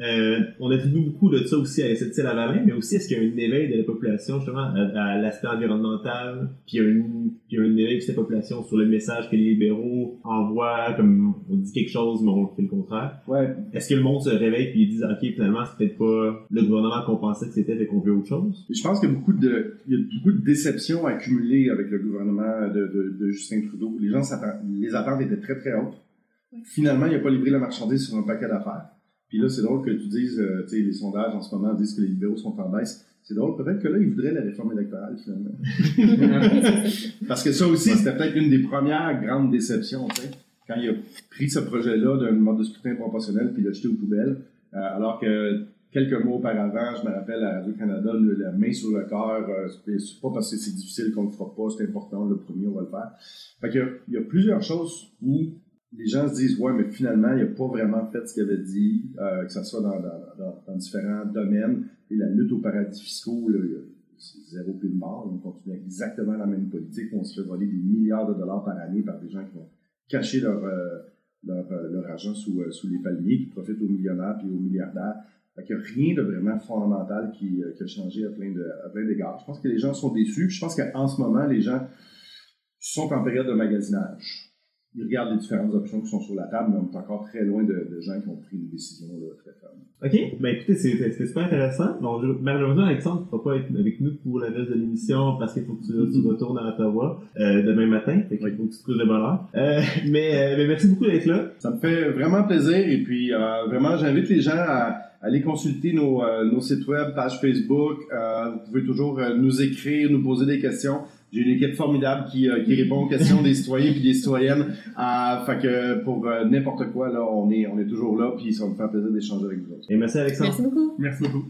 S4: Euh, on attribue beaucoup de ça aussi à cette la Lavalin, mais aussi est-ce qu'il y a un éveil de la population justement à, à l'aspect environnemental, puis un, puis un éveil de la population sur le message que les libéraux envoient, comme on dit quelque chose, mais on fait le contraire.
S5: Ouais,
S4: Est-ce que le monde se réveille puis ils disent ok finalement c'est peut-être pas le gouvernement qu'on pensait que c'était fait qu'on veut autre chose?
S5: Je pense qu'il y a beaucoup de, il y a beaucoup de déceptions accumulées avec le gouvernement de, de- de Justin Trudeau. Les gens s'attendent, les attentes étaient très très hautes. Finalement, il n'a pas livré la marchandise sur un paquet d'affaires. Puis là, c'est drôle que tu dises, euh, tu sais, les sondages en ce moment disent que les libéraux sont en baisse. C'est drôle, peut-être que là, ils voudraient la réforme électorale finalement. Parce que ça aussi, c'était peut-être une des premières grandes déceptions, tu sais, quand il a pris ce projet-là d'un mode de scrutin proportionnel puis l'a jeté aux poubelles, euh, alors que quelques mois auparavant, je me rappelle à Radio-Canada, le- la main sur le cœur, euh, c'est c'est pas parce que c'est difficile qu'on le fera pas, c'est important, le premier, on va le faire. Fait qu'il y a- il y, a plusieurs choses où les gens se disent, ouais, mais finalement, il n'a pas vraiment fait ce qu'il avait dit, euh, que ce soit dans, dans- dans- dans différents domaines. Et la lutte aux paradis fiscaux, là, il y a- c'est zéro plus de mort. On continue exactement la même politique. On se fait voler des milliards de dollars par année par des gens qui vont cacher leur, euh, leur, euh, leur argent sous, euh, sous les palmiers, qui profitent aux millionnaires puis aux milliardaires. Fait qu'il n'y a rien de vraiment fondamental qui, euh, qui a changé à plein de- à plein d'égards. Je pense que les gens sont déçus. puis Je pense qu'en ce moment, les gens sont en période de magasinage. Ils regardent les différentes options qui sont sur la table, mais on est encore très loin de, de gens qui ont pris une décision là, très ferme.
S4: OK, ben écoutez, c'est- c'est- c'était super intéressant. Bon, je- malheureusement, Alexandre ne pourra pas être avec nous pour le reste de l'émission parce qu'il faut que tu,
S2: Mm-hmm.
S4: tu
S5: Mhm.
S4: retournes à Ottawa euh, demain matin. Fait qu'il
S5: Oui.
S4: faut que tu trouves le bonheur. Euh, mais, euh, mais merci beaucoup d'être là.
S5: Ça me fait vraiment plaisir et puis euh, vraiment j'invite les gens à à aller consulter nos, euh, nos sites web, page Facebook. Euh, vous pouvez toujours euh, nous écrire, nous poser des questions. J'ai une équipe formidable qui, euh, qui répond aux questions des citoyens puis des citoyennes. Euh, fait que pour euh, n'importe quoi, là, on est, on est toujours là puis ça me fait plaisir d'échanger avec vous autres.
S4: Et merci Alexandre.
S6: Merci beaucoup.
S7: Merci beaucoup.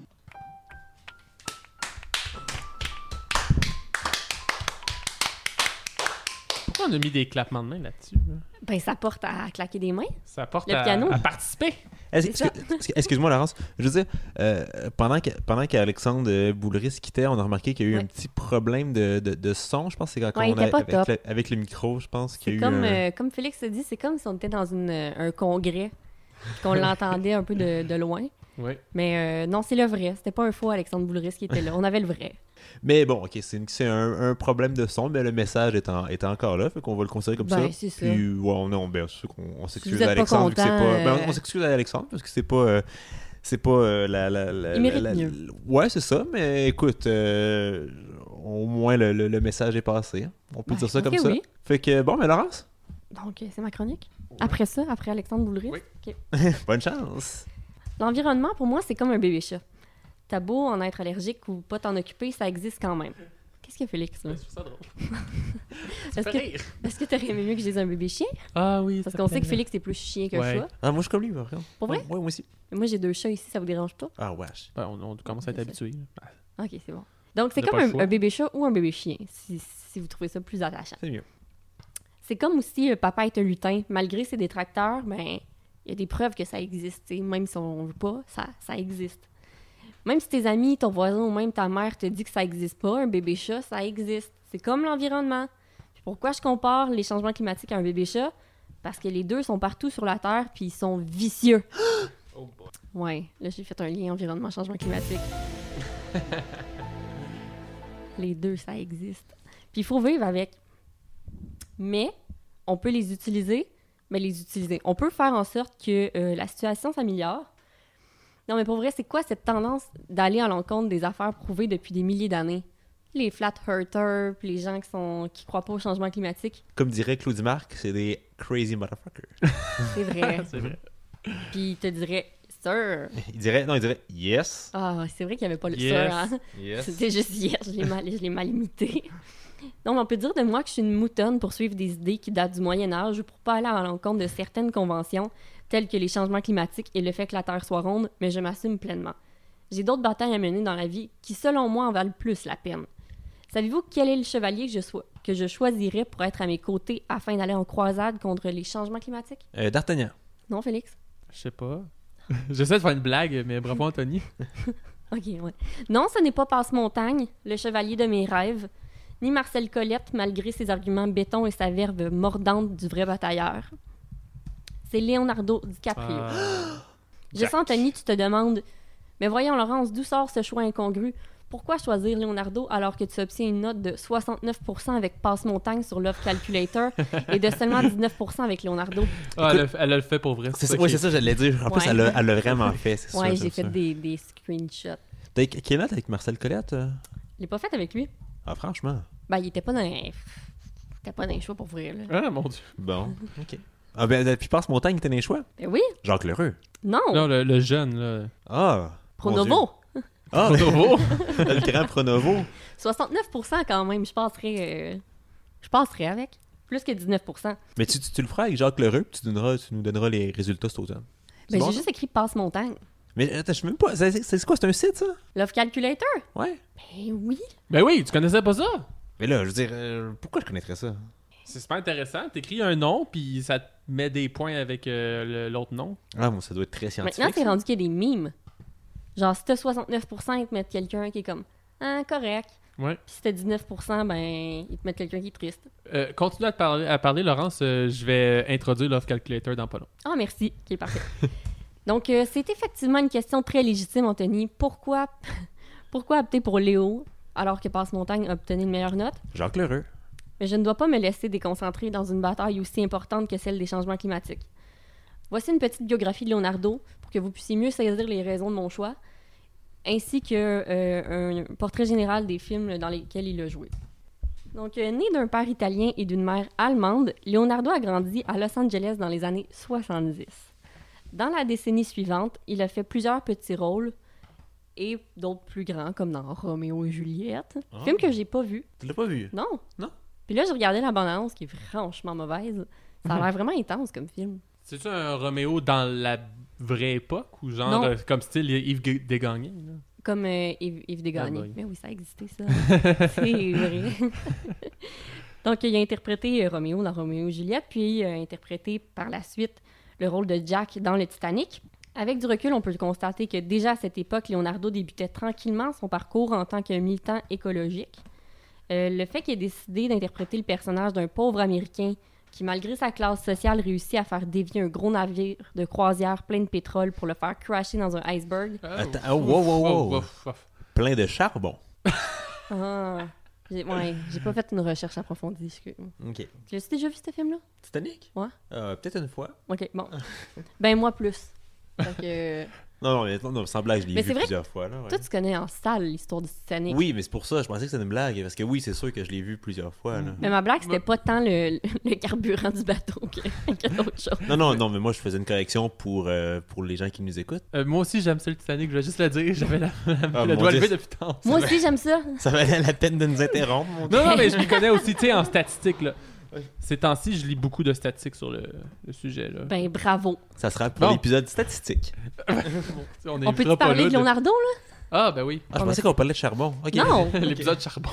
S2: Pourquoi on a mis des clappements de main là-dessus? là?
S3: Ben, ça porte à claquer des mains.
S2: Ça apporte
S3: Le
S2: à,
S3: piano.
S2: à participer.
S3: C'est
S1: Est-ce-
S3: ça.
S1: est-ce que- est-ce que- Excuse-moi, Laurence. Je veux dire, euh, pendant que- pendant qu'Alexandre euh, Boulris quittait, on a remarqué qu'il y a eu un
S3: Ouais. petit
S1: petit problème de, son. Je pense c'est quand
S3: Ouais, il
S1: on
S3: on a- était pas avec top.
S1: avec, le micro, je pense qu'il y a
S3: C'est
S1: eu.
S3: comme, euh, comme Félix se dit, c'est comme si on était dans une, euh, un congrès, puis qu'on l'entendait un peu de, de loin.
S2: Oui.
S3: Mais euh, non, c'est le vrai. C'était pas un faux Alexandre Boulris qui était là. On avait le vrai.
S1: Mais bon, ok, c'est une- c'est un, un problème de son, mais le message est, en- est encore là, fait qu'on va le considérer comme
S3: Ben,
S1: ça.
S3: c'est ça.
S1: Puis, ouais, on, on, ben, c'est sûr qu'on- on s'excuse
S3: vous êtes
S1: à
S3: pas
S1: Alexandre, vu que c'est
S3: content,
S1: pas. ben, on-
S3: euh,
S1: on s'excuse à Alexandre, parce que c'est pas. euh, c'est pas euh, la, la, la-
S3: Il mérite
S1: la-
S3: mieux.
S1: Ouais, c'est ça, mais écoute, euh, au moins le, le- le message est passé. hein. On peut
S3: Ben,
S1: dire
S3: je
S1: ça
S3: pense
S1: comme
S3: que
S1: ça.
S3: oui.
S1: Fait que bon, mais Laurence,
S3: Donc, euh, c'est ma chronique. Après ça, après Alexandre Boulris.
S2: Oui.
S3: OK.
S1: bonne chance.
S3: L'environnement, pour moi, c'est comme un bébé chat. T'as beau en être allergique ou pas t'en occuper, ça existe quand même. Qu'est-ce que Félix, là?
S2: Je trouve ça drôle. Ça fait
S3: Est-ce que,
S2: rire.
S3: est-ce que t'aurais aimé mieux que je dise un bébé chien?
S2: Ah oui.
S3: Parce
S2: ça
S3: qu'on
S2: fait
S3: sait que
S2: rire.
S3: Félix est plus chien que
S2: Ouais.
S3: chat.
S1: Ah, moi je suis comme lui, par contre.
S3: Pour vrai?
S1: Ouais, ouais, moi aussi.
S3: Mais moi, j'ai deux chats ici, ça vous dérange pas?
S1: Ah, wesh.
S2: Ben, on, on commence à être
S3: C'est
S2: habitué.
S3: Ok, c'est bon. Donc, c'est
S2: On n'a
S3: comme
S2: pas le
S3: un,
S2: choix.
S3: un bébé chat ou un bébé chien, si, si vous trouvez ça plus attachant.
S1: C'est mieux.
S3: C'est comme aussi euh, Papa est un lutin. Malgré ses détracteurs, ben, il y a des preuves que ça existe. tu sais. Même si on ne veut pas, ça, ça existe. Même si tes amis, ton voisin ou même ta mère te dit que ça n'existe pas, un bébé chat, ça existe. C'est comme l'environnement. Puis pourquoi je compare les changements climatiques à un bébé chat? Parce que les deux sont partout sur la Terre, puis ils sont vicieux.
S2: oh
S3: ouais, là j'ai fait un lien environnement-changement climatique. les deux, ça existe. Puis il faut vivre avec mais on peut les utiliser, mais les utiliser. On peut faire en sorte que euh, la situation s'améliore. Non, mais pour vrai, c'est quoi cette tendance d'aller à l'encontre des affaires prouvées depuis des milliers d'années? Les flat earthers, puis les gens qui sont qui croient pas au changement climatique,
S1: Comme dirait Claudie Marc, c'est des crazy motherfuckers.
S3: c'est vrai.
S2: C'est vrai.
S3: puis ils te diraient, sir.
S1: Il dirait, non, il dirait yes.
S3: Ah, c'est vrai qu'il n'y avait pas le
S2: Yes.
S3: sir. Hein?
S1: Yes.
S3: C'était juste hier, je l'ai mal, je l'ai mal imité. Non, mais on peut dire de moi que je suis une moutonne pour suivre des idées qui datent du Moyen Âge ou pour pas aller à l'encontre de certaines conventions, telles que les changements climatiques et le fait que la Terre soit ronde, mais je m'assume pleinement. J'ai d'autres batailles à mener dans la vie qui, selon moi, en valent plus la peine. Savez-vous quel est le chevalier que je, sois, que je choisirais pour être à mes côtés afin d'aller en croisade contre les changements climatiques?
S1: Euh, D'Artagnan.
S3: Non, Félix?
S2: Je sais pas. J'essaie de faire une blague, mais bravo Anthony.
S3: Ok, ouais. Non, ce n'est pas Passe-Montagne, le chevalier de mes rêves, ni Marcel Colette, malgré ses arguments béton et sa verve mordante du vrai batailleur. C'est Leonardo DiCaprio.
S2: Ah.
S3: Je sens, Anthony, tu te demandes Mais voyons, Laurence, d'où sort ce choix incongru Pourquoi choisir Leonardo alors que tu obtiens une note de 69% avec Passe-Montagne sur Love Calculator et de seulement 19% avec Leonardo
S2: Ah, elle, a, elle a le fait pour vrai.
S1: C'est ça, ouais,
S2: qui
S1: c'est
S2: est-
S1: ça, j'allais dire. En plus,
S3: Ouais.
S1: elle l'a elle l'a vraiment fait, c'est sûr,
S3: Ouais,
S1: c'est
S3: j'ai fait
S1: sûr.
S3: des, des screenshots.
S1: T'as eu quelle note avec Marcel Colette euh?
S3: Je l'ai pas fait avec lui.
S1: Ah, franchement.
S3: Ben, il était pas dans. Il était pas dans les choix pour vrai, là.
S2: Ah mon dieu.
S1: Bon, ok. Ah, ben, depuis Passe Montagne, t'as des choix.
S3: Ben oui,
S1: Jacques Lheureux.
S3: non,
S2: Non, le, le jeune, là.
S1: Ah. mon
S3: Pronovo.
S1: Dieu. Ah,
S2: Pronovo.
S1: le grand Pronovo.
S3: 69% quand même, je passerais, euh, je passerais avec. Plus que 19%.
S1: Mais tu, tu, tu le feras avec Jacques Lheureux, puis tu, donneras, tu nous donneras les résultats cet automne. C'est
S3: Ben,
S1: bon,
S3: j'ai
S1: ça?
S3: juste écrit passe-montagne.
S1: Mais attends, je sais même pas. C'est c'est- c'est quoi, c'est un site, ça?
S3: Love Calculator?
S1: Ouais.
S3: Ben oui.
S2: Ben oui, tu connaissais pas ça?
S1: Mais là, je veux dire, euh, pourquoi je connaîtrais ça?
S2: C'est super intéressant. T'écris un nom, puis ça te met des points avec euh, le- l'autre nom.
S1: Ah, bon, ça doit être très scientifique.
S3: Maintenant, c'est
S1: ça.
S3: rendu qu'il y a des mimes. Genre, si t'as 69%, ils te mettent quelqu'un qui est comme Ah, correct.
S2: Ouais.
S3: Puis si t'as 19%, ben, ils te mettent quelqu'un qui est triste.
S2: Euh, continue à, te parler, à parler, Laurence. euh, je vais introduire Love Calculator dans pas long.
S3: Ah, merci. qui est parfait. Donc, euh, c'est effectivement une question très légitime, Anthony. Pourquoi, pourquoi opter pour Léo alors que Passe-Montagne a obtenu une meilleure note?
S1: Jacques Lheureux.
S3: mais je ne dois pas me laisser déconcentrer dans une bataille aussi importante que celle des changements climatiques. Voici une petite biographie de Leonardo pour que vous puissiez mieux saisir les raisons de mon choix, ainsi que euh, un portrait général des films dans lesquels il a joué. Donc, euh, né d'un père italien et d'une mère allemande, Leonardo a grandi à Los Angeles dans les années 70. Dans la décennie suivante, il a fait plusieurs petits rôles et d'autres plus grands, comme dans Roméo et Juliette,
S1: Ah.
S3: film que j'ai pas vu,
S1: Tu l'as pas vu?
S3: non.
S1: Non?
S3: Puis là, je regardais la bande-annonce qui est franchement mauvaise. Ça a l'air vraiment intense comme film.
S2: C'est-tu un Roméo dans la vraie époque ou genre
S3: Non.
S2: euh, comme style Yves Gu- Desgagnés? là?
S3: Comme euh, Yves, Yves Desgagnés.
S2: Ah boy.
S3: Mais oui, ça existait, ça. C'est vrai. Donc, il a interprété euh, Roméo dans Roméo et Juliette, puis il a interprété par la suite le rôle de Jack dans le Titanic. Avec du recul, on peut constater que déjà à cette époque, Leonardo débutait tranquillement son parcours en tant que militant écologique. Euh, le fait qu'il ait décidé d'interpréter le personnage d'un pauvre Américain qui, malgré sa classe sociale, réussit à faire dévier un gros navire de croisière plein de pétrole pour le faire crasher dans un iceberg.
S1: Attends, oh, wow, wow, wow.
S2: ouf, ouf.
S1: Plein de charbon.
S3: Ah, j'ai ouais, j'ai pas fait une recherche approfondie. excuse.
S1: OK.
S3: Tu l'as déjà vu ce film-là?
S1: Titanic?
S3: Ouais.
S1: Euh, Peut-être une fois.
S3: Ok, bon. Ben, moi plus. Fait que,
S1: Non, non, mais, non, non, sans blague, je l'ai
S3: Mais
S1: vu
S3: c'est vrai
S1: plusieurs fois. Là, ouais.
S3: toi, tu connais en salle l'histoire du Titanic.
S1: Oui, mais c'est pour ça, je pensais que c'était une blague. Parce que oui, c'est sûr que je l'ai vu plusieurs fois. Là.
S3: Mais ma blague, c'était pas tant le, le carburant du bateau que, que d'autres choses.
S1: Non, non, non, mais moi, je faisais une correction pour, euh, pour les gens qui nous écoutent.
S2: Euh, moi aussi, j'aime ça le Titanic, je vais juste le dire. J'avais la,
S1: Ah,
S2: le
S1: mon
S2: doigt
S1: Dieu.
S2: levé depuis tant.
S3: Moi aussi, j'aime ça.
S1: Ça valait la peine de nous interrompre, mon
S2: Non, non, mais je m'y connais aussi, tu sais, en statistiques. Là. Ces temps-ci, je lis beaucoup de statistiques sur le, le sujet. Là.
S3: Ben, bravo.
S1: Ça sera pour
S2: Bon.
S1: l'épisode statistique.
S2: on
S3: On peut-tu parler de
S2: a...
S3: Leonardo, là?
S2: Ah, ben oui,
S1: Ah, je pensais qu'on parlait de charbon. OK.
S3: Non!
S2: l'épisode charbon.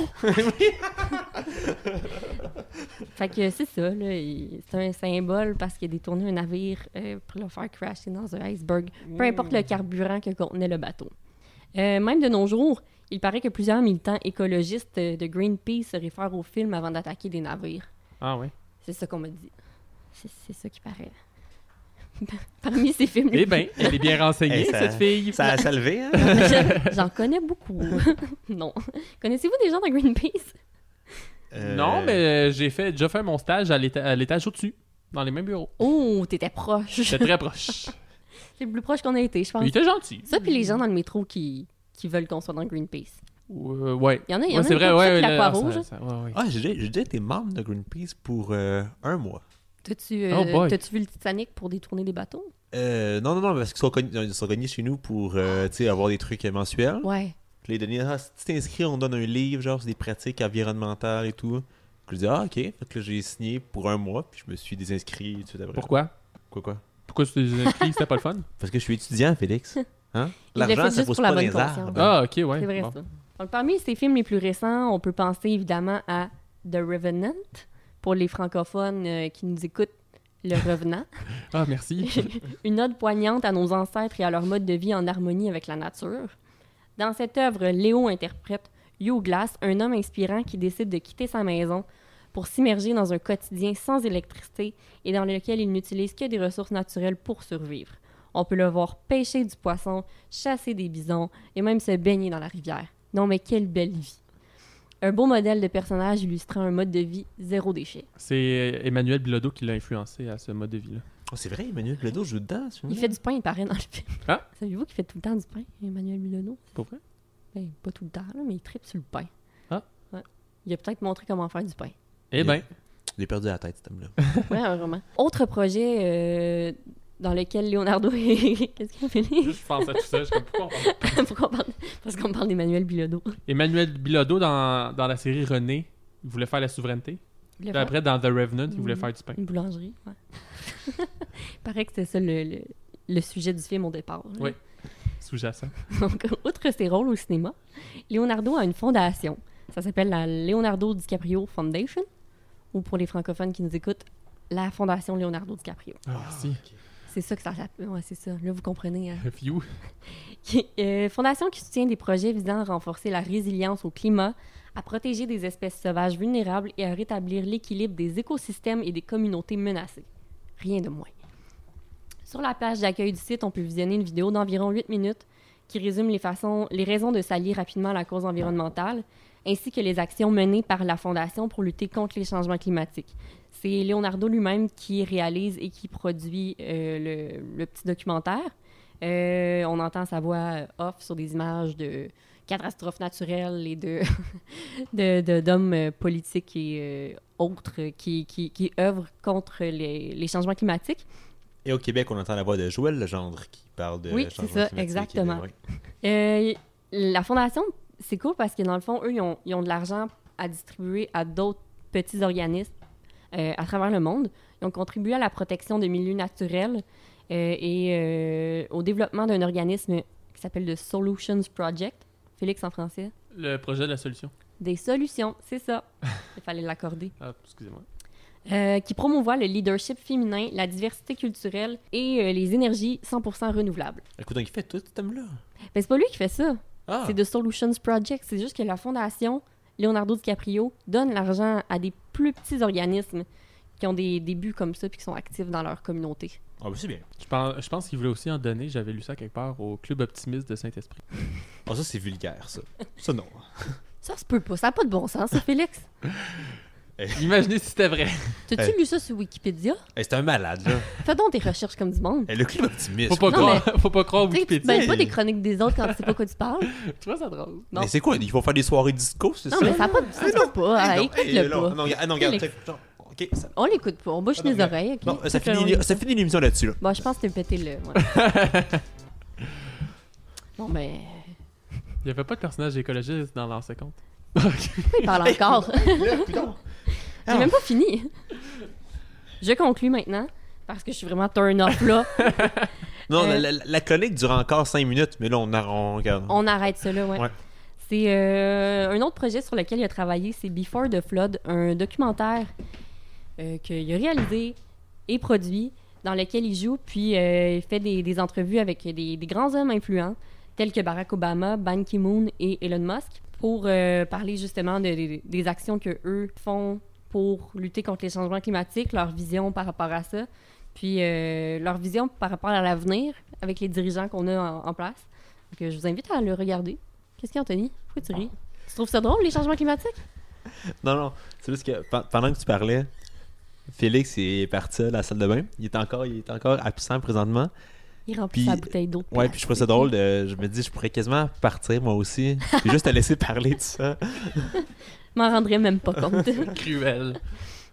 S3: Fait que c'est ça, là. il- C'est un symbole parce qu'il a détourné un navire euh, pour le faire crasher dans un iceberg. Peu importe le carburant que contenait le bateau. Euh, même de nos jours, il paraît que plusieurs militants écologistes euh, de Greenpeace se réfèrent au film avant d'attaquer des navires.
S2: Ah, ouais.
S3: C'est ça qu'on m'a dit. C'est c'est ça qui paraît. Parmi ces films, les
S2: Eh ben, elle est bien renseignée,
S1: Eh, ça-
S2: cette fille.
S1: Ça a salvé, hein?
S3: J'en connais beaucoup. non. Connaissez-vous des gens dans Greenpeace?
S1: Euh,
S2: Non, mais euh, j'ai fait, déjà fait mon stage à l'éta- à l'étage au-dessus, dans les mêmes bureaux.
S3: Oh, t'étais proche.
S2: J'étais très proche.
S3: C'est le plus proche qu'on a été, je pense.
S2: Il était gentil.
S3: Ça, puis les gens dans le métro qui, qui veulent qu'on soit dans Greenpeace.
S2: Euh, ouais.
S3: Il y en a, il y
S2: Ouais,
S3: en a
S2: c'est
S3: une
S2: vrai,
S3: couple
S2: ouais,
S3: qui
S2: ouais,
S3: la croix
S2: là, ça-
S3: rouge.
S2: ça- ouais, ouais.
S1: Ah, j'ai déjà- j'ai déjà été membre de Greenpeace pour euh, un mois.
S3: T'as-tu euh,
S2: Oh boy.
S3: t'as-tu vu le Titanic pour détourner des bateaux?
S1: Euh, non, non, non, parce qu'ils sont, connus- ils sont connus chez nous pour euh, tu sais, avoir des trucs euh, mensuels.
S3: Ouais.
S1: Puis là, ils donnaient, ah, si tu t'inscris, on donne un livre, genre, sur des pratiques environnementales et tout. Je dis, ah, ok. Fait que là, j'ai signé pour un mois, puis je me suis désinscrit tout de suite après.
S2: Pourquoi?
S1: Quoi, quoi?
S2: Pourquoi tu t'es inscrit? C'était pas le fun?
S1: Parce que je suis étudiant, Félix. Hein?
S3: Il l'a fait
S1: L'argent, ça
S3: juste
S1: pose
S3: pour la
S1: pas
S3: bonne
S1: les
S3: conscience.
S1: arbres.
S2: Ah, ok, ouais.
S3: C'est vrai,
S2: bon.
S3: ça. Donc, parmi ces films les plus récents, on peut penser évidemment à The Revenant. Pour les francophones euh, qui nous écoutent, Le Revenant.
S2: Ah, merci.
S3: Une ode poignante à nos ancêtres et à leur mode de vie en harmonie avec la nature. Dans cette œuvre, Léo interprète Hugh Glass, un homme inspirant qui décide de quitter sa maison pour s'immerger dans un quotidien sans électricité et dans lequel il n'utilise que des ressources naturelles pour survivre. On peut le voir pêcher du poisson, chasser des bisons et même se baigner dans la rivière. Non mais quelle belle vie. Un beau modèle de personnage illustrant un mode de vie zéro déchet.
S2: C'est euh, Emmanuel Bilodeau qui l'a influencé à ce mode de vie-là.
S1: Oh, c'est vrai, Emmanuel Ledo joue dedans. ce
S3: Il
S1: film-là.
S3: fait du pain, il paraît, dans le film.
S2: Hein?
S3: Savez-vous qu'il fait tout le temps du pain, Emmanuel Milonneau?
S2: Pour vrai?
S3: Ben, pas tout le temps, là, mais il tripe sur le pain.
S2: Ah.
S3: Ouais. Il a peut-être montré comment faire du pain.
S2: Eh ben,
S1: J'ai perdu la tête, cet homme-là.
S3: Ouais, vraiment. Autre projet euh, dans lequel Leonardo est... Qu'est-ce qu'il a fait?
S2: je pense à tout ça. Je comprends pourquoi on parle.
S3: Pourquoi on parle... Parce qu'on parle d'Emmanuel Bilodeau.
S2: Emmanuel Bilodeau, dans, dans la série René, il voulait faire la souveraineté.
S3: Il
S2: Puis
S3: a fait
S2: après, dans The Revenant, il voulait
S3: Mhm.
S2: faire du pain.
S3: une boulangerie, ouais. il paraît que c'était ça le, le- le sujet du film au départ. là.
S2: Oui. sous-jacent.
S3: Donc, outre ses rôles au cinéma, Leonardo a une fondation. Ça s'appelle la Leonardo DiCaprio Foundation, ou pour les francophones qui nous écoutent, la Fondation Leonardo DiCaprio.
S2: Ah, merci.
S3: C'est ça que ça s'appelle. Ouais, c'est ça. Là, vous comprenez. hein.
S2: View.
S3: Qui- euh, fondation qui soutient des projets visant à renforcer la résilience au climat, à protéger des espèces sauvages vulnérables et à rétablir l'équilibre des écosystèmes et des communautés menacées. Rien de moins. Sur la page d'accueil du site, on peut visionner une vidéo d'environ 8 minutes qui résume les, façons, les raisons de s'allier rapidement à la cause environnementale, ainsi que les actions menées par la Fondation pour lutter contre les changements climatiques. C'est Leonardo lui-même qui réalise et qui produit euh, le- le petit documentaire. Euh, on entend sa voix euh, off sur des images de catastrophes naturelles et de de- de- d'hommes euh, politiques et euh, autres euh, qui, qui, qui œuvrent contre les, les changements climatiques.
S1: Et au Québec, on entend la voix de Joël Legendre qui parle de
S3: Oui,
S1: changement
S3: c'est ça,
S1: climatique et de-
S3: exactement.
S1: ouais.
S3: Euh, la fondation, c'est cool parce que dans le fond, eux, ils ont, ils ont de l'argent à distribuer à d'autres petits organismes euh, à travers le monde. Ils ont contribué à la protection des milieux naturels euh, et euh, au développement d'un organisme qui s'appelle le Solutions Project. Félix en français.
S2: Le projet de la solution.
S3: Des solutions, c'est ça. Il fallait l'accorder.
S2: Ah, excusez-moi.
S3: Euh, qui promouvoit le leadership féminin, la diversité culturelle et euh, les énergies 100% renouvelables.
S1: Écoute, donc il fait tout ce thème-là.
S3: Mais c'est pas lui qui fait ça.
S1: Ah,
S3: C'est The Solutions Project. C'est juste que la fondation Leonardo DiCaprio donne l'argent à des plus petits organismes qui ont des, des buts comme ça puis qui sont actifs dans leur communauté.
S1: Ah, bah, c'est bien.
S2: Je pense, je pense qu'il voulait aussi en donner, j'avais lu ça quelque part, au Club Optimiste de Saint-Esprit.
S1: Ah, ça, c'est vulgaire, ça. Ça, non.
S3: Ça se peut pas. Ça n'a pas de bon sens, ça, Félix.
S2: Imaginez si c'était vrai.
S3: T'as-tu
S1: Hey.
S3: lu ça sur Wikipédia?
S1: Hey, c'est un malade, là.
S3: Fais donc tes recherches comme du monde.
S1: Hey, le club optimiste.
S2: Faut pas,
S3: Non,
S2: croire, faut pas croire au
S3: Tu sais, ben tu te
S2: Wikipédia.
S3: mêles pas des chroniques des autres quand tu sais pas quoi tu parles.
S2: Tu vois, ça drôle.
S3: non.
S1: Mais c'est quoi Ils vont faire des soirées disco, c'est
S3: Non,
S1: ça
S3: mais ça n'a pas de ça se peut pas.
S1: Hey, non,
S3: Hey,
S1: hey,
S3: Écoute-le
S1: non,
S3: pas.
S1: non, regarde- ah, non, regarde,
S3: Félix.
S1: check, genre, Ok, ça.
S3: On l'écoute pas. On bouche
S1: Ah, non,
S3: les
S1: regarde.
S3: oreilles. ok?
S1: Non, ça
S3: Fait
S1: finit,
S3: qu'on-
S1: ça finit l'émission là-dessus. Là.
S3: Bon, je pense que t'as pété le. ouais. bon, ben, mais.
S2: Il y avait pas de personnage écologiste dans l'an 50.
S3: Pourquoi il parle encore?
S1: Là, putain.
S3: J'ai même pas fini. Je conclus maintenant parce que je suis vraiment turn off là.
S1: non,
S3: Euh.
S1: la, la, la chronique dure encore 5 minutes, mais là, on, a- on regarde.
S3: On arrête ça là, ouais.
S1: Ouais.
S3: C'est euh, un autre projet sur lequel il a travaillé, c'est Before the Flood, un documentaire euh, qu'il a réalisé et produit, dans lequel il joue, puis euh, il fait des, des entrevues avec des, des grands hommes influents, tels que Barack Obama, Ban Ki-moon et Elon Musk, pour euh, parler justement de- de- des actions que eux font pour lutter contre les changements climatiques, leur vision par rapport à ça, puis euh, leur vision par rapport à l'avenir avec les dirigeants qu'on a en, en place. Donc, euh, je vous invite à le regarder. Qu'est-ce qu'il y a, Anthony? Pourquoi
S1: Ah.
S3: tu ris? Tu trouves ça drôle, les changements climatiques?
S1: Non, non, c'est juste que pe- pendant que tu parlais, Félix est parti à la salle de bain. Il est encore, il est encore absent présentement.
S3: Il remplit
S1: Puis-
S3: sa bouteille d'eau. de
S1: Ouais, puis je trouve ça drôle. de- je me dis, je pourrais quasiment partir moi aussi. Puis juste te laisser parler de ça.
S3: Je m'en rendrais même pas compte.
S2: Cruel.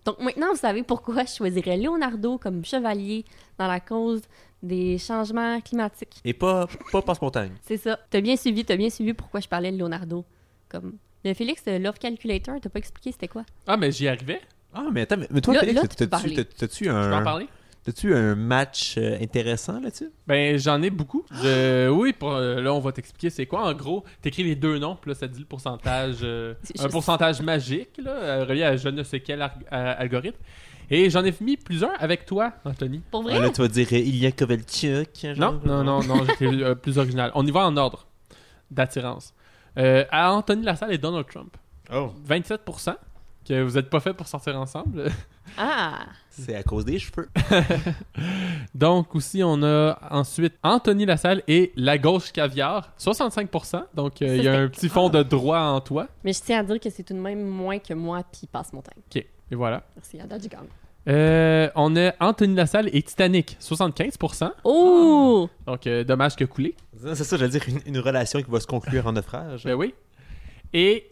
S3: Donc maintenant, vous savez pourquoi je choisirais Leonardo comme chevalier dans la cause des changements climatiques.
S1: Et pas, pas passe-montagne.
S3: C'est ça. T'as bien suivi, t'as bien suivi pourquoi je parlais de Leonardo. Comme le Félix euh, Love Calculator, t'as pas expliqué c'était quoi?
S2: Ah, mais j'y arrivais.
S1: Ah, mais attends, mais- mais toi,
S3: Là-
S1: Félix,
S3: là, tu peux
S1: t'as-tu-
S3: parler.
S1: t'as- t'as-tu
S2: Je peux en
S1: un,
S2: parler?
S1: t'as-tu un match euh, intéressant là-dessus?
S2: Ben, j'en ai beaucoup. Je- Oui, pour- euh, là, on va t'expliquer c'est quoi. En gros, t'écris les deux noms, puis là, ça dit le pourcentage. euh,
S3: C'est
S2: un
S3: juste-
S2: pourcentage magique, là, euh, relié à je ne sais quel arg- à- algorithme. Et j'en ai mis plusieurs avec toi, Anthony.
S3: Pour
S1: Ah,
S3: vrai?
S1: là, tu vas dire euh, Ilya Kovalchuk. genre.
S2: Non, non, non, non, j'étais euh, plus original. On y va en ordre d'attirance. Euh, à Anthony Lassalle et Donald Trump.
S1: Oh,
S2: 27% que vous n'êtes pas fait pour sortir ensemble.
S3: Ah!
S1: c'est à cause des cheveux.
S2: Donc aussi, on a ensuite Anthony Lassalle et La Gauche Caviar, 65%. Donc euh, il y a un petit fond de droit en toi.
S3: Mais je tiens à dire que c'est tout de même moins que moi puis passe mon temps.
S2: OK, et voilà.
S3: Merci, à date du gang.
S2: Euh, on a Anthony Lassalle et Titanic, 75%.
S1: Ah.
S3: Oh!
S2: Donc euh, dommage que coulé.
S1: Non, C'est ça, j'allais dire une, une relation qui va se conclure en naufrage.
S2: Ben oui. Et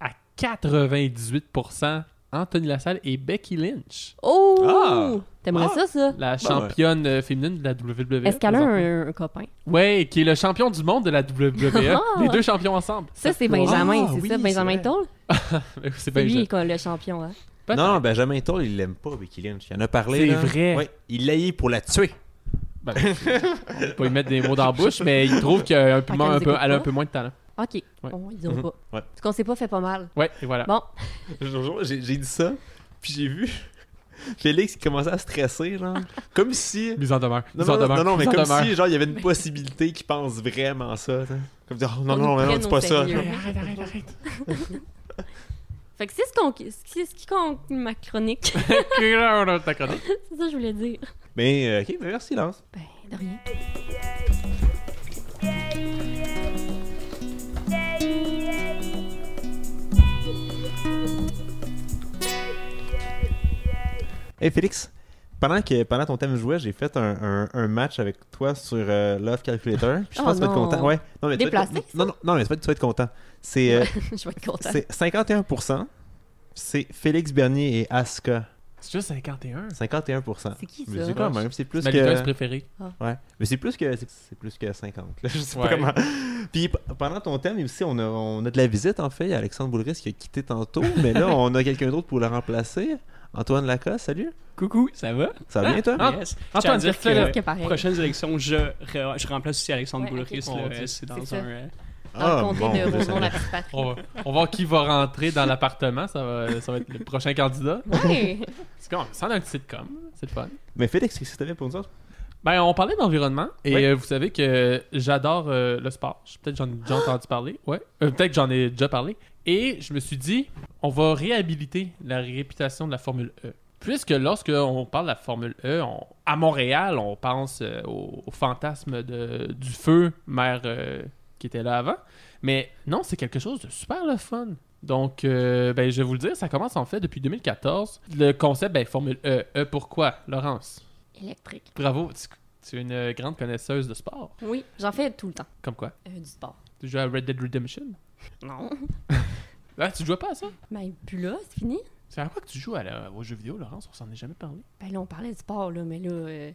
S2: à 98%, Anthony Lassalle et Becky Lynch,
S3: Oh!
S1: Ah!
S3: T'aimerais
S1: Ah!
S3: ça, ça?
S2: la championne euh, féminine de la WWE.
S3: Est-ce qu'elle a un, un copain?
S2: Ouais, qui est le champion du monde de la WWE.
S3: Ah!
S2: les deux champions ensemble. Ben
S3: Ça, c'est Benjamin,
S1: Ah,
S3: c'est
S1: oui,
S3: ça,
S1: c'est
S3: Benjamin
S1: vrai.
S3: Toll?
S2: C'est
S3: C'est
S2: bien
S3: lui
S2: juste.
S3: qui est le champion, hein?
S1: Non, non, Benjamin Toll, il l'aime pas, Becky Lynch. Il en a parlé.
S2: C'est
S1: là.
S2: vrai.
S1: Ouais, il l'a eu pour la tuer.
S2: Ben, on peut pas lui mettre des mots dans la bouche, mais il trouve qu'elle a un peu,
S3: Ah,
S2: moins-
S3: qu'elle
S2: un
S3: nous
S2: peu-
S3: écoute
S2: elle a un
S3: pas.
S2: peu moins de talent.
S3: Ok,
S2: Ouais.
S3: bon, ils diront
S1: Mhm.
S3: pas.
S1: Ouais. Ah.
S3: Ce qu'on sait pas fait pas mal.
S2: Ouais, et voilà.
S3: Bon,
S1: Jour, J'ai j'ai dit ça, puis j'ai vu Félix qui commençait à stresser, genre. Comme si.
S2: Mise en demeure.
S1: Non,
S2: Mise en
S1: non, non,
S2: demeure.
S1: non, non, mais
S2: Mise en
S1: comme
S2: demeure.
S1: si, genre, il y avait une possibilité qu'il pense vraiment ça. t'sais. Comme dire, oh, non,
S3: On
S1: non,
S3: nous
S1: non, non,
S3: prenne
S1: dis
S3: au
S1: pas ça.
S3: sérieux.
S2: Arrête, arrête, arrête.
S3: fait que c'est ce, qu'on- c'est ce qui conclut ma chronique.
S2: Ta chronique.
S3: c'est ça que je voulais dire.
S1: Mais, euh, ok, mais merci, Lance.
S3: Ben, de rien.
S1: Hey, Félix, pendant, que, pendant ton thème jouait, j'ai fait un, un- un match avec toi sur euh, Love Calculator. Puis je
S3: Oh
S1: pense que tu vas être
S3: non.
S1: content. Ouais, non, mais tu vas être-
S3: Déplacé, ça?
S1: non, non, non, mais tu vas être- tu vas être content. C'est euh,
S3: je vais être contente.
S1: c'est 51%. C'est Félix Bernier et Aska.
S2: C'est juste 51.
S1: 51%.
S3: Hmm. C'est qui
S1: Mais
S3: ça?
S1: c'est quand même, c'est plus
S2: Ma
S1: que...
S2: lutteuse préférée.
S1: Ouais, mais c'est plus que c'est- c'est plus que 50. là, je sais
S2: Ouais.
S1: pas comment. Puis p- pendant ton thème aussi, on a, on a de la visite en fait. Il y a Alexandre Boulris qui a quitté tantôt, mais là on a quelqu'un d'autre pour le remplacer. Antoine Lacoste, salut.
S8: Coucou, ça va?
S1: Ça va bien toi
S8: Ah,
S2: Yes.
S8: Antoine,
S2: Je tiens à
S8: dire que
S3: Presque pareil.
S8: les prochaines élections, je, re- je remplace aussi Alexandre
S3: Ouais,
S8: Boulris.
S3: ok.
S8: là,
S2: Oh,
S8: euh, c'est dans
S3: c'est
S8: un.
S3: ça.
S8: euh,
S3: Dans le
S1: Ah,
S3: comté
S1: mon
S3: de
S1: Dieu
S3: Rosemont, la
S1: Seigneur.
S3: petite patrie.
S2: On va, on va voir qui va rentrer dans l'appartement. Ça va, ça va être le prochain candidat.
S3: Ouais!
S2: C'est comme, ça a un petit sitcom. C'est le fun.
S1: Mais Félix, qu'est-ce que t'avais pour nous autres
S2: Ben, on parlait d'environnement et
S1: Oui.
S2: euh, vous savez que j'adore euh, le sport. Je- Peut-être j'en ai déjà entendu parler. Ouais. Euh, Peut-être que j'en ai déjà parlé. Et je me suis dit, on va réhabiliter la réputation de la Formule E. Puisque lorsque on parle de la Formule E, on- à Montréal, on pense euh, au, au fantasme de, du feu, maire euh, qui était là avant. Mais non, c'est quelque chose de super le fun. Donc, euh, ben, je vais vous le dire, ça commence en fait depuis 2014. Le concept, ben, Formule E. E pourquoi, Laurence?
S3: Électrique.
S2: Bravo, tu, tu es une grande connaisseuse de sport.
S3: Oui, j'en fais tout le temps.
S2: Comme quoi
S3: Euh, du sport.
S2: Tu joues à Red Dead Redemption
S8: ben,
S3: Non.
S2: Ah, tu jouais pas à ça
S3: Ben, plus là, c'est fini.
S2: C'est à quoi que tu joues à la- aux jeux vidéo, Laurence On s'en est jamais parlé.
S3: Ben là, on parlait du sport, là, mais là, euh,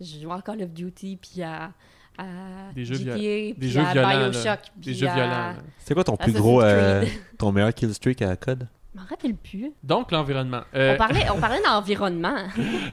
S3: je joue à Call of Duty, puis à, à
S2: Des jeux
S3: GTA,
S2: Des
S3: puis
S2: jeux
S3: à
S2: violents. là.
S3: Bioshock,
S2: Des
S3: puis
S2: jeux
S3: à-
S2: violents. là.
S1: C'est quoi ton plus
S3: Assassin's
S1: gros, euh,
S3: Creed.
S1: ton meilleur kill streak à code
S3: Je m'en rappelle plus.
S2: Donc, l'environnement. Euh,
S3: On parlait, on parlait d'environnement.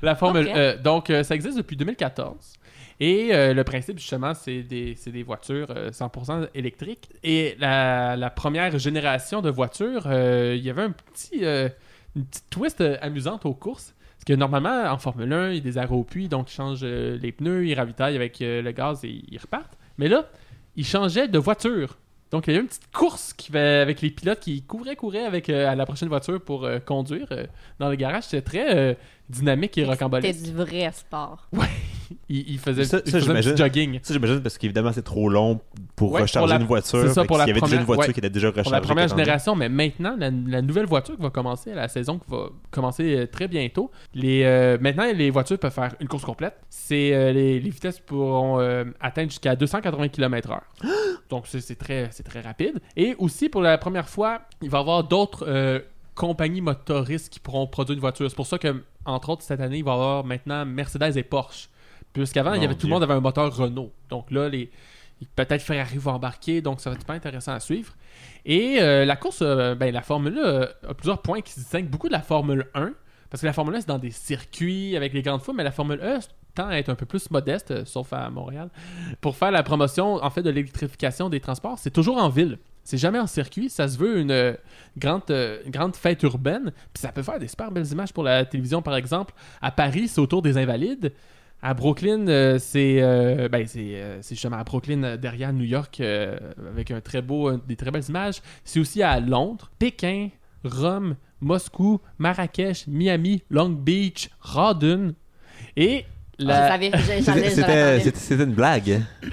S2: La Formule
S3: Ok.
S2: E. Donc, euh, ça existe depuis 2014. Et euh, le principe, justement, c'est des, c'est des voitures euh, 100% électriques. Et la, la première génération de voitures, euh, il y avait un petit, euh, une petite twist euh, amusante aux courses. Parce que normalement, en Formule 1, il y a des arrows au puits, donc ils changent euh, les pneus, ils ravitaillent avec euh, le gaz et ils repartent. Mais là, ils changeaient de voiture. Donc, il y a eu une petite course qui va avec les pilotes qui couraient, couraient avec euh, à la prochaine voiture pour euh, conduire euh, dans le garage. C'était très euh, dynamique et
S3: C'était
S2: rocambolesque.
S3: du vrai sport.
S2: Il, il faisait,
S1: Ça-
S2: il
S1: ça,
S2: faisait un petit
S1: j'imagine.
S2: jogging.
S1: Ça j'imagine parce qu'évidemment c'est trop long pour
S2: Ouais,
S1: recharger
S2: pour la-
S1: une voiture.
S2: c'est ça,
S1: Fait
S2: pour la
S1: qu'il y avait déjà
S2: première-
S1: une voiture
S2: ouais.
S1: qui était déjà rechargée.
S2: Pour la première
S1: qui était en-
S2: génération, mais maintenant, la, la nouvelle voiture qui va commencer, la saison qui va commencer euh, très bientôt, les, euh, maintenant, les voitures peuvent faire une course complète. C'est euh, les, les vitesses pourront euh, atteindre jusqu'à 280 km/h. Donc, c'est c'est très, c'est très rapide. Et aussi, pour la première fois, il va y avoir d'autres euh, compagnies motoristes qui pourront produire une voiture. C'est pour ça que, entre autres, cette année, il va y avoir maintenant Mercedes et Porsche. Puisqu'avant, il y
S1: Mon
S2: avait, tout
S1: Dieu.
S2: le monde avait un moteur Renault. Donc là, les, peut-être Ferrari va embarquer, donc ça va être pas intéressant à suivre. Et euh, la course, euh, ben, la Formule euh, a plusieurs points qui se distinguent beaucoup de la Formule 1. Parce que la Formule 1, c'est dans des circuits avec les grandes foules, mais la Formule E tend à être un peu plus modeste, euh, sauf à Montréal. Pour faire la promotion, en fait, de l'électrification des transports, c'est toujours en ville. C'est jamais en circuit. Ça se veut une euh, grande, euh, une grande fête urbaine. Puis ça peut faire des super belles images pour la télévision, par exemple. À Paris, c'est autour des Invalides. À Brooklyn, euh, c'est euh, ben, c'est euh, c'est justement à Brooklyn euh, derrière New York euh, avec un très beau euh, des très belles images. C'est aussi à Londres, Pékin, Rome, Moscou, Marrakech, Miami, Long Beach, Rawdon et
S3: Je
S2: la-
S3: savais, j'ai- j'en
S1: C'était-
S3: ai- j'en attendais.
S1: C'était c'était- c'était une blague.
S2: Ah,
S1: hein?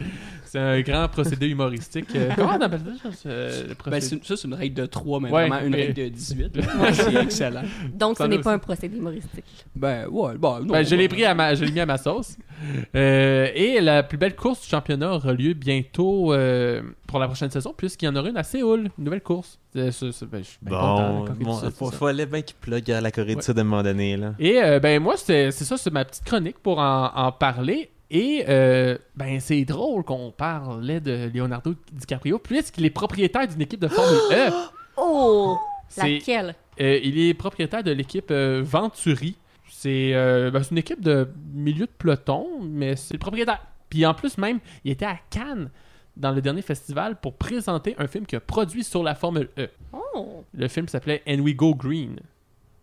S2: c'est un grand procédé humoristique. Euh, comment on appelle ça ce- le
S8: ben,
S2: procédé
S8: c'est- ça, c'est une règle de 3, mais
S2: Ouais,
S8: vraiment une
S2: mais-
S8: règle de 18. là. Ouais, c'est excellent.
S3: Donc, ce
S2: Ça
S3: n'est
S2: nous-
S3: pas un procédé humoristique.
S8: Ben, ouais, bon, non,
S2: Ben, je l'ai
S8: bon.
S2: pris à ma, je l'ai mis à ma sauce. Euh, et la plus belle course du championnat aura lieu bientôt euh, pour la prochaine saison, puisqu'il y en aura une à Séoul, une nouvelle course. Euh, c'est- c'est- ben, je suis bien content,
S1: Bon,
S2: la Corée du
S1: bon,
S2: Sud,
S1: faut,
S2: c'est ça.
S1: faut aller bien qu'il plug à la Corée
S2: Ouais.
S1: du Sud à un moment donné là.
S2: Et euh, ben moi, c'est c'est ça, c'est ma petite chronique pour en, en parler. Et euh, ben c'est drôle qu'on parlait de Leonardo DiCaprio, puisqu'il est propriétaire d'une équipe de Formule E.
S3: Oh!
S2: C'est-
S3: Laquelle?
S2: Euh, il est propriétaire de l'équipe euh, Venturi. C'est- C'est euh, ben, c'est une équipe de milieu de peloton, mais c'est le propriétaire. Puis en plus, même, il était à Cannes dans le dernier festival pour présenter un film qu'il a produit sur la Formule E.
S3: Oh!
S2: Le film s'appelait And We Go Green.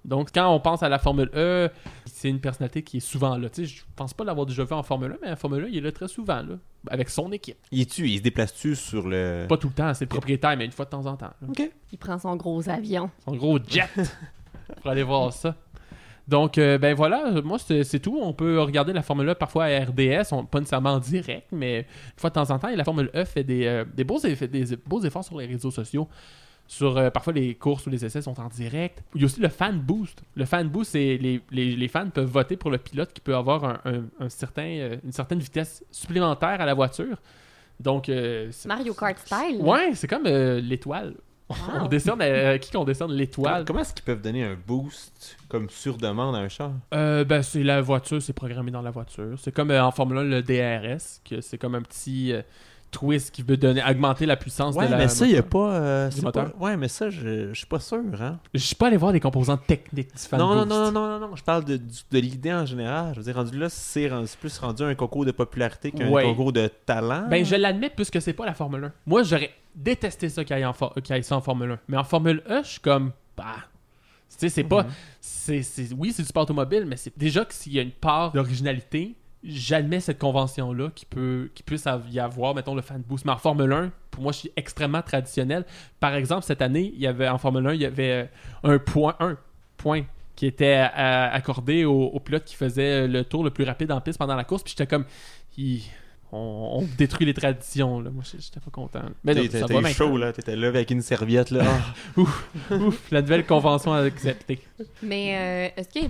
S2: Donc, quand on pense à la Formule E, c'est une personnalité qui est souvent là. Tu sais, je pense pas l'avoir déjà vu en Formule 1, mais en Formule 1, il est là très souvent, là, avec son équipe.
S1: Il est-tu, il se déplace-tu sur le.
S2: Pas tout le temps, c'est le propriétaire, mais une fois de temps en temps. là.
S1: Ok.
S3: Il prend son gros avion.
S2: Son gros jet pour aller voir ça. Donc, euh, ben voilà, moi, c'est c'est tout. On peut regarder la Formule E parfois à RDS, on, pas nécessairement en direct, mais une fois de temps en temps, et la Formule E fait des, euh, des beaux, eff- des beaux efforts sur les réseaux sociaux. Sur, euh, parfois, les courses ou les essais sont en direct. Il y a aussi le fan boost. Le fan boost, c'est les, les- les fans peuvent voter pour le pilote qui peut avoir un, un- un certain, euh, une certaine vitesse supplémentaire à la voiture. Donc, euh, c'est-
S3: Mario Kart style.
S2: ouais, c'est comme euh, l'étoile. On
S3: Wow.
S2: décerne à à qui qu'on décerne l'étoile.
S1: Comment, comment est-ce qu'ils peuvent donner un boost comme sur demande à un char
S2: Euh, ben, c'est la voiture, c'est programmé dans la voiture. C'est comme euh, en Formule 1, le DRS, que c'est comme un petit euh, twist qui veut donner, augmenter la puissance
S1: Ouais,
S2: de la
S1: mais ça, il n'y a
S2: moteur.
S1: pas. euh,
S2: Du
S1: c'est
S2: moteur.
S1: pas- Ouais, mais ça, je je suis pas sûr, hein.
S2: Je suis pas allé voir les composantes techniques du fan
S1: Non, non,
S2: boost.
S1: non, non, non, non, non, je parle de, du- de l'idée en général. Je veux dire, rendu là, c'est rendu- c'est plus rendu un concours de popularité qu'un
S2: Ouais.
S1: concours de talent.
S2: Ben, je l'admets puisque c'est pas la Formule 1. Moi, j'aurais détesté ça qu'il y, ait en for- euh, qu'il y ait ça en Formule 1. Mais en Formule E, je suis comme, bah. Tu sais, c'est
S1: Mhm.
S2: pas. c'est- c'est- oui, c'est du sport automobile, mais c'est déjà que s'il y a une part d'originalité, j'admets cette convention-là qui, peut, qui puisse av- y avoir, mettons, le fan boost. Mais en Formule 1, pour moi, je suis extrêmement traditionnel. Par exemple, cette année, il y avait en Formule 1, il y avait euh, un point, un point qui était euh, accordé au, au pilote qui faisait euh, le tour le plus rapide en piste pendant la course. Puis j'étais comme, il- on, on détruit les traditions. Là. Moi, j'étais pas content. Mais non,
S1: T'es-
S2: ça
S1: t'es-
S2: va
S1: T'es
S2: maintenant.
S1: chaud, là. T'étais là avec une serviette, là. Ah,
S2: Ouf, la nouvelle convention à accepter.
S3: Mais euh, est-ce qu'il y a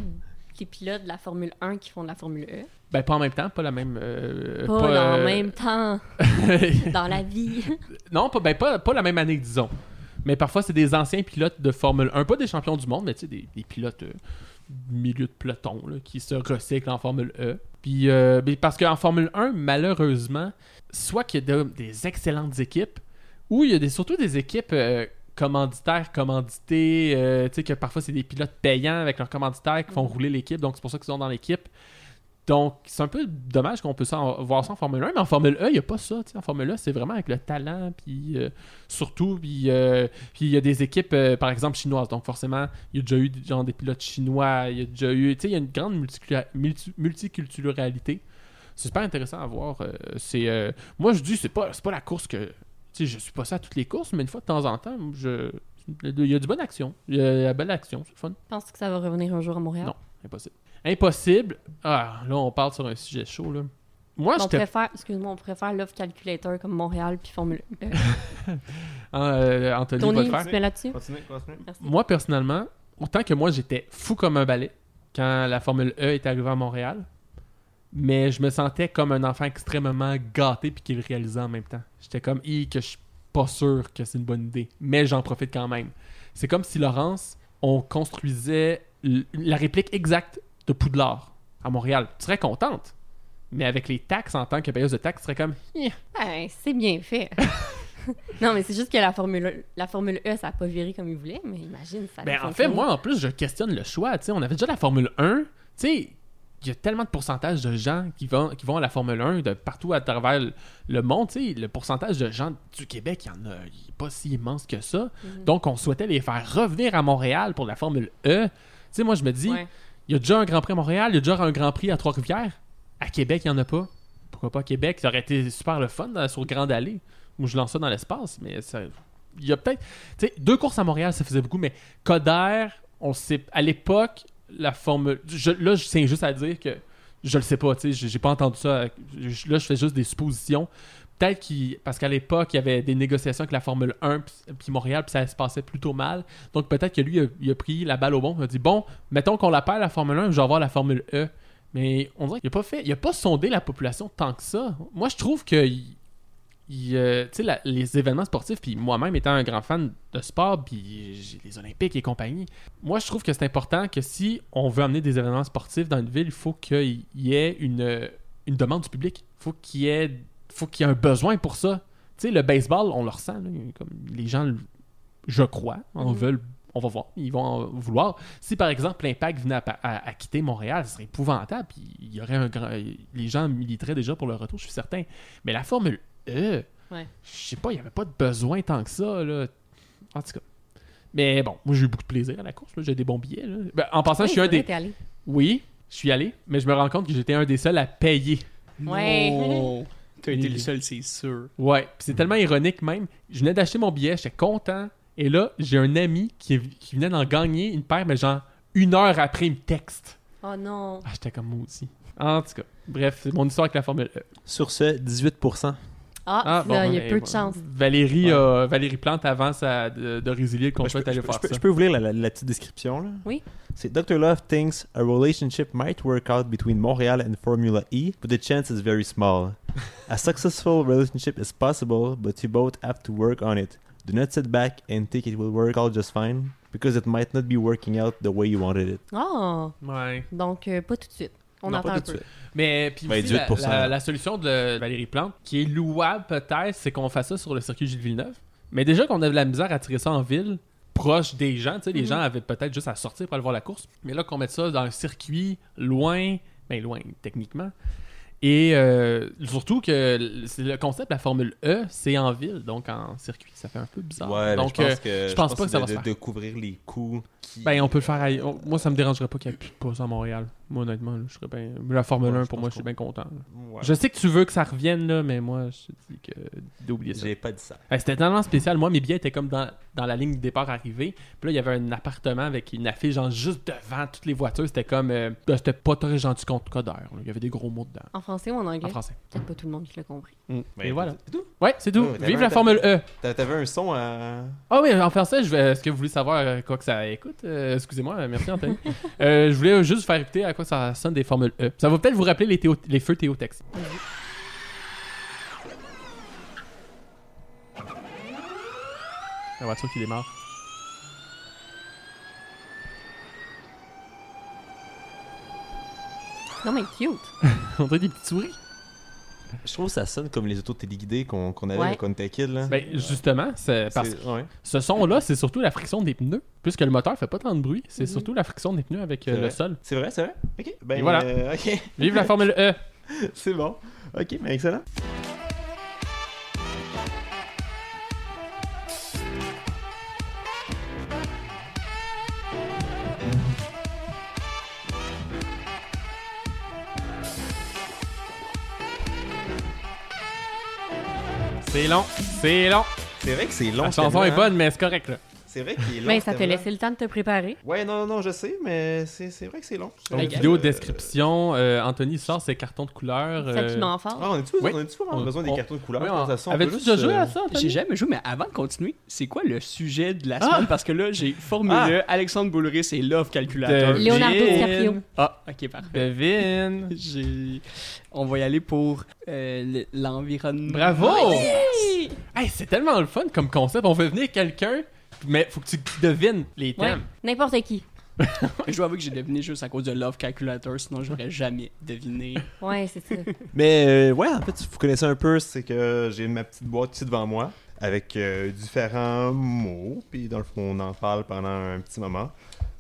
S3: des pilotes de la Formule 1 qui font de la Formule E?
S2: Ben, pas en même temps, pas la même. euh,
S3: Pas, en
S2: euh,
S3: même temps, dans la vie.
S2: non, pas, ben, pas, pas la même année, disons. Mais parfois, c'est des anciens pilotes de Formule 1, pas des champions du monde, mais tu sais, des, des pilotes euh, milieu de peloton là, qui se recyclent en Formule E. Puis, euh, ben, parce qu'en Formule 1, malheureusement, soit qu'il y a de- des excellentes équipes, ou il y a des, surtout des équipes euh, commanditaires, commanditées, euh, tu sais, que parfois c'est des pilotes payants avec leurs commanditaires qui font rouler l'équipe, donc c'est pour ça qu'ils sont dans l'équipe. Donc, c'est un peu dommage qu'on peut ça en- voir ça en Formule 1, mais en Formule E, il n'y a pas ça. tu sais. En Formule E, c'est vraiment avec le talent, puis euh, surtout, puis euh, puis il y a des équipes, euh, par exemple, chinoises. Donc, forcément, il y a déjà eu genre, des pilotes chinois, il y a déjà eu. Tu sais, il y a une grande multicula- multi- multiculturalité. C'est super intéressant à voir. euh, c'est, euh, moi, je dis, c'est pas, c'est pas la course que. Tu sais, je suis passé à toutes les courses, mais une fois de temps en temps, je. Il y a du bonne action. Il y a de la belle action. C'est le fun.
S3: Penses-tu que ça va revenir un jour à Montréal?
S2: Non. Impossible. Impossible. Ah, là, on parle sur un sujet chaud, là. Moi,
S3: on
S2: j'étais
S3: préfère, excuse-moi, on préfère Love Calculator comme Montréal puis Formule E.
S2: Hein, euh, Anthony va le
S3: Tony,
S2: faire.
S3: tu te mets là-dessus?
S1: Continue, continue.
S3: Merci.
S2: Moi, personnellement, autant que moi, j'étais fou comme un balai quand la Formule E est arrivée à Montréal, mais je me sentais comme un enfant extrêmement gâté puis qui le réalisait en même temps. J'étais comme, hi, que je suis pas sûr que c'est une bonne idée, mais j'en profite quand même. C'est comme si, Laurence, on construisait l- la réplique exacte de Poudlard à Montréal. Tu serais contente, mais avec les taxes en tant que payeuse de taxes, tu serais comme, hi,
S3: Ben, c'est bien fait. non, mais c'est juste que la Formule, la Formule E, ça n'a pas viré comme il voulait, mais imagine, ça
S2: Ben,
S3: avait
S2: en fait,
S3: fonctionné.
S2: moi, en plus, je questionne le choix. Tu sais, on avait déjà la Formule 1. Tu sais, il y a tellement de pourcentage de gens qui vont, qui vont à la Formule 1 de partout à travers le- le monde. Tu sais, le pourcentage de gens du Québec, il y en a il est pas si immense que ça. Donc, on souhaitait les faire revenir à Montréal pour la Formule E. Tu sais, moi, je me dis, il
S3: Ouais.
S2: y a déjà un Grand Prix à Montréal, il y a déjà un Grand Prix à Trois-Rivières. À Québec, il n'y en a pas. Pourquoi pas à Québec? Ça aurait été super le fun dans- sur Grande Allée. Moi, je lance ça dans l'espace, mais ça... Il y a peut-être... Tu sais, deux courses à Montréal, ça faisait beaucoup, mais Coder, on sait... À l'époque, la formule... je- là, je tiens juste à dire que je le sais pas, tu sais, j'ai j'ai pas entendu ça. Je- Là, je fais juste des suppositions. Peut-être qu'il... Parce qu'à l'époque, il y avait des négociations avec la Formule 1 puis puis Montréal, puis ça se passait plutôt mal. Donc peut-être que lui, il a, il a pris la balle au bon. Il a dit, bon, mettons qu'on l'appelle la Formule 1, je vais avoir la Formule E. Mais on dirait qu'il n'a pas fait, il a pas sondé la population tant que ça. Moi, je trouve que il- il, euh, tu sais, la- les événements sportifs, puis moi-même étant un grand fan de sport, puis j'ai les Olympiques et compagnie, moi, je trouve que c'est important que si on veut amener des événements sportifs dans une ville, il faut qu'il y ait une, euh, une demande du public. Faut qu'il y ait, faut qu'il y ait un besoin pour ça. Tu sais, le baseball, on le ressent. là, comme les gens, le- je crois, en
S3: Mhm.
S2: veulent on va voir. Ils vont en vouloir. Si, par exemple, l'impact venait à, pa- à- à quitter Montréal, ce serait épouvantable. Puis il y aurait un grand... Les gens militeraient déjà pour le retour, je suis certain. Mais la Formule E,
S3: Ouais.
S2: je sais pas, il n'y avait pas de besoin tant que ça. Là. En tout cas. Mais bon, moi j'ai eu beaucoup de plaisir à la course. là. J'ai des bons billets. là. Ben, en passant,
S3: Oui,
S2: je suis un
S3: c'est vrai,
S2: des.
S3: t'es allé.
S2: Oui, je suis allé, mais je me rends compte que j'étais un des seuls à payer.
S3: Ouais.
S8: Non. T'as été le seul, c'est sûr.
S2: Ouais, puis
S1: Mm.
S2: c'est tellement ironique même. Je venais d'acheter mon billet, j'étais content. Et là, j'ai un ami qui, est- qui venait d'en gagner une paire, mais genre une heure après, il me texte.
S3: Oh non.
S2: Ah, j'étais comme maudit. En tout cas, bref, c'est mon histoire avec la Formule E.
S1: Sur ce, 18%.
S3: Ah,
S2: Ah,
S3: là,
S2: bon,
S3: il y a
S2: ben,
S3: peu de
S2: voilà.
S3: chance.
S2: Valérie, euh, Valérie Plante avant sa- de, de résilier le
S1: Ben, je,
S2: contrat, est
S1: peux,
S2: allée
S1: je peux-
S2: faire
S1: je peux-
S2: ça.
S1: je peux vous lire la, la- la petite description. Là.
S3: Oui.
S1: C'est Dr. Love thinks a relationship might work out between Montreal and Formula E, but the chance is very small. A successful relationship is possible, but you both have to work on it. Do not sit back and think it will work out just fine, because it might not be working out the way you wanted it.
S3: Oh,
S2: Ouais.
S3: donc euh, pas tout de suite. On
S1: Non,
S3: attend
S1: pas
S3: un
S1: tout de
S3: peu.
S1: suite.
S2: Mais puis
S1: Ben,
S2: aussi, la-
S1: 18%.
S2: la, la solution de Valérie Plante, qui est louable peut-être, c'est qu'on fasse ça sur le circuit Gilles Villeneuve. Mais déjà qu'on a de la misère à tirer ça en ville, proche des gens, tu sais, les gens avaient peut-être juste à sortir pour aller voir la course. Mais là, qu'on mette ça dans un circuit loin, ben loin techniquement. Et euh, surtout que l- c'est le concept, la Formule E, c'est en ville, donc en circuit, ça fait un peu bizarre.
S1: ben,
S2: donc, euh,
S1: que,
S2: je pense pas que ça va se faire.
S1: de couvrir les coûts. qui-
S2: ben, on peut le faire. aille- on- moi, ça me dérangerait pas qu'il n'y ait plus de course à Montréal. Moi, honnêtement, là, je serais bien. La Formule
S1: Ouais,
S2: 1,
S1: je
S2: pour
S1: pense
S2: moi, je suis
S1: qu'on-
S2: bien content. là.
S1: Ouais.
S2: Je sais que tu veux que ça revienne, là, mais moi, je te dis que d'oublier ça.
S1: J'ai pas dit ça.
S2: Fait que C'était tellement spécial. Moi, mes billets étaient comme dans, dans la ligne départ-arrivée. Puis là, il y avait un appartement avec une affiche, genre, juste devant toutes les voitures. C'était comme. euh, ben, C'était pas très gentil contre Coder. là. Il y avait des gros mots dedans.
S3: En français ou en anglais?
S2: En français.
S3: Peut-être pas tout le monde qui l'a compris.
S1: Ben,
S2: Et voilà.
S1: c'est tout.
S2: Ouais, c'est tout.
S1: Ouais, Oh, t'avais
S2: Vive
S1: un
S2: la
S1: ta-
S2: Formule E.
S1: T'a- T'avais un son à.
S2: Ah oui, en français, je vais... est-ce que vous voulez savoir euh, quoi que ça écoute Euh, Excusez-moi, euh, merci Anthony. Euh, je voulais juste vous faire écouter à quoi ça sonne des formules E. Ça va peut-être vous rappeler les, théo- les feux Théotex. La voiture qui démarre.
S3: Non, mais cute.
S2: On dirait des petites souris.
S1: Je trouve que ça sonne comme les autos téléguidées qu'on qu'on avait
S3: Ouais.
S1: quand on était kid. Là.
S2: Ben, justement, c'est parce que
S1: C'est- ouais.
S2: ce son-là, c'est surtout la friction des pneus. Puisque le moteur fait pas tant de bruit, c'est surtout la friction des pneus avec euh,
S1: C'est
S2: le
S1: vrai.
S2: sol.
S1: C'est vrai, c'est vrai. Ok. Ben,
S2: Et voilà.
S1: euh, ok.
S2: Vive la Formule E
S1: c'est bon. Ok, ben excellent.
S2: C'est long, c'est long.
S1: C'est vrai que c'est long.
S2: La chanson
S1: tellement,
S2: est
S1: hein.
S2: bonne, mais c'est correct là.
S1: C'est vrai qu'il est long.
S3: Mais Ben, ça te
S1: tellement.
S3: laissait le temps de te préparer.
S1: Ouais, non, non, non, je sais, mais c'est c'est vrai que c'est long.
S2: Donc,
S1: Euh,
S2: vidéo description, euh, Anthony sort ses cartons de euh, couleur.
S3: Ça qui m'en fort.
S1: Ah, on est-tu
S2: Oui.
S1: on est-tu vraiment
S2: On-
S1: besoin des
S2: on-
S1: cartons de couleurs pour faire ça? On peut
S2: Avais-tu
S1: juste,
S2: déjà joué
S1: euh,
S2: à ça,
S8: J'ai
S2: Anthony?
S8: jamais joué, mais avant de continuer, c'est quoi le sujet de la
S2: Ah!
S8: semaine? Parce que là, j'ai Formule
S1: Ah!
S8: E, Alexandre Boulris et Love Calculator.
S2: De-
S3: Leonardo
S2: Gin.
S3: DiCaprio.
S8: Ah, ok, parfait.
S2: Devine.
S8: J'ai- On va y aller pour euh, le- l'environnement.
S2: Bravo! Hey, c'est tellement le fun comme concept. On veut venir quelqu'un, mais faut que tu devines les
S3: Ouais.
S2: thèmes.
S3: N'importe qui.
S8: Je dois avouer que j'ai deviné juste à cause de Love Calculator, sinon j'aurais jamais deviné.
S3: Ouais, c'est ça.
S1: Mais euh, ouais, en fait, vous connaissez un peu, c'est que j'ai ma petite boîte ici devant moi avec euh, différents mots, puis dans le fond, on en parle pendant un petit moment.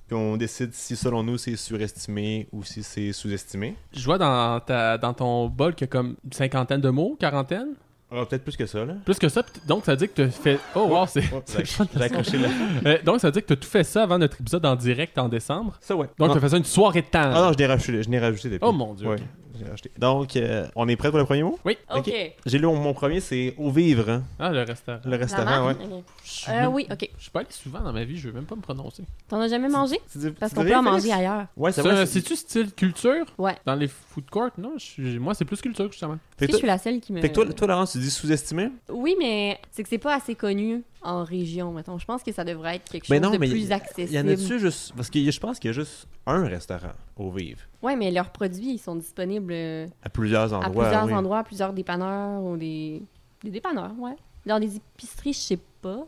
S1: Puis on décide si selon nous c'est surestimé ou si c'est sous-estimé.
S2: Je vois dans, ta, dans ton bol qu'il y a comme une cinquantaine de mots, quarantaine.
S1: Alors Ah, peut-être plus que ça là.
S2: Plus que ça, pis t- donc ça veut dire que tu fait. Oh, wow, c'est.
S1: Oh,
S2: c'est
S1: j'ai
S2: le fun de
S1: j'ai accroché là.
S2: ça. Euh, donc ça veut dire que tu as tout fait ça avant notre épisode en direct en décembre.
S1: Ça ouais.
S2: Donc
S1: Ah.
S2: tu as fait ça une soirée de temps.
S1: Ah non, je l'ai rajouté, je l'ai rajouté depuis.
S2: Oh mon Dieu,
S1: Ouais,
S2: ok.
S1: j'ai rajouté. Donc, euh, on est prêt pour le premier mot?
S2: Oui.
S3: OK.
S1: J'ai lu mon premier, c'est Au Vivre, hein,
S2: Ah, le restaurant.
S1: le
S3: La
S1: restaurant, ouais.
S3: marque? Ok.
S2: Je suis
S3: Euh,
S2: même-
S3: oui, OK.
S2: Je suis pas allé souvent dans ma vie, je veux même pas me prononcer.
S3: T'en as jamais mangé?
S1: Tu dis-
S3: Parce
S1: tu
S3: qu'on
S1: dirais,
S3: peut en
S1: Félix?
S3: manger ailleurs.
S1: Ouais, c'est
S2: Ça,
S1: vrai. c'est-
S2: C'est-tu style culture?
S3: Ouais.
S2: Dans les food courts? Non, je suis- moi c'est plus culture justement.
S1: Fait que
S3: Tu sais, je
S1: toi-
S3: suis la seule qui me...
S1: fait que toi, toi, Laurence, tu dis sous-estimé?
S3: Oui, mais c'est que c'est pas assez connu en région, mettons. Je pense que ça devrait être quelque chose
S1: Ben non,
S3: de
S1: mais
S3: plus
S1: y-
S3: accessible.
S1: Il y en a-tu juste. Parce que y- je pense qu'il y a juste un restaurant au Vive.
S3: Ouais, mais leurs produits, ils sont disponibles euh,
S1: À plusieurs
S3: à
S1: endroits.
S3: plusieurs
S1: oui.
S3: endroits, plusieurs dépanneurs ou des... Des dépanneurs, ouais. Dans des épiceries, je sais pas.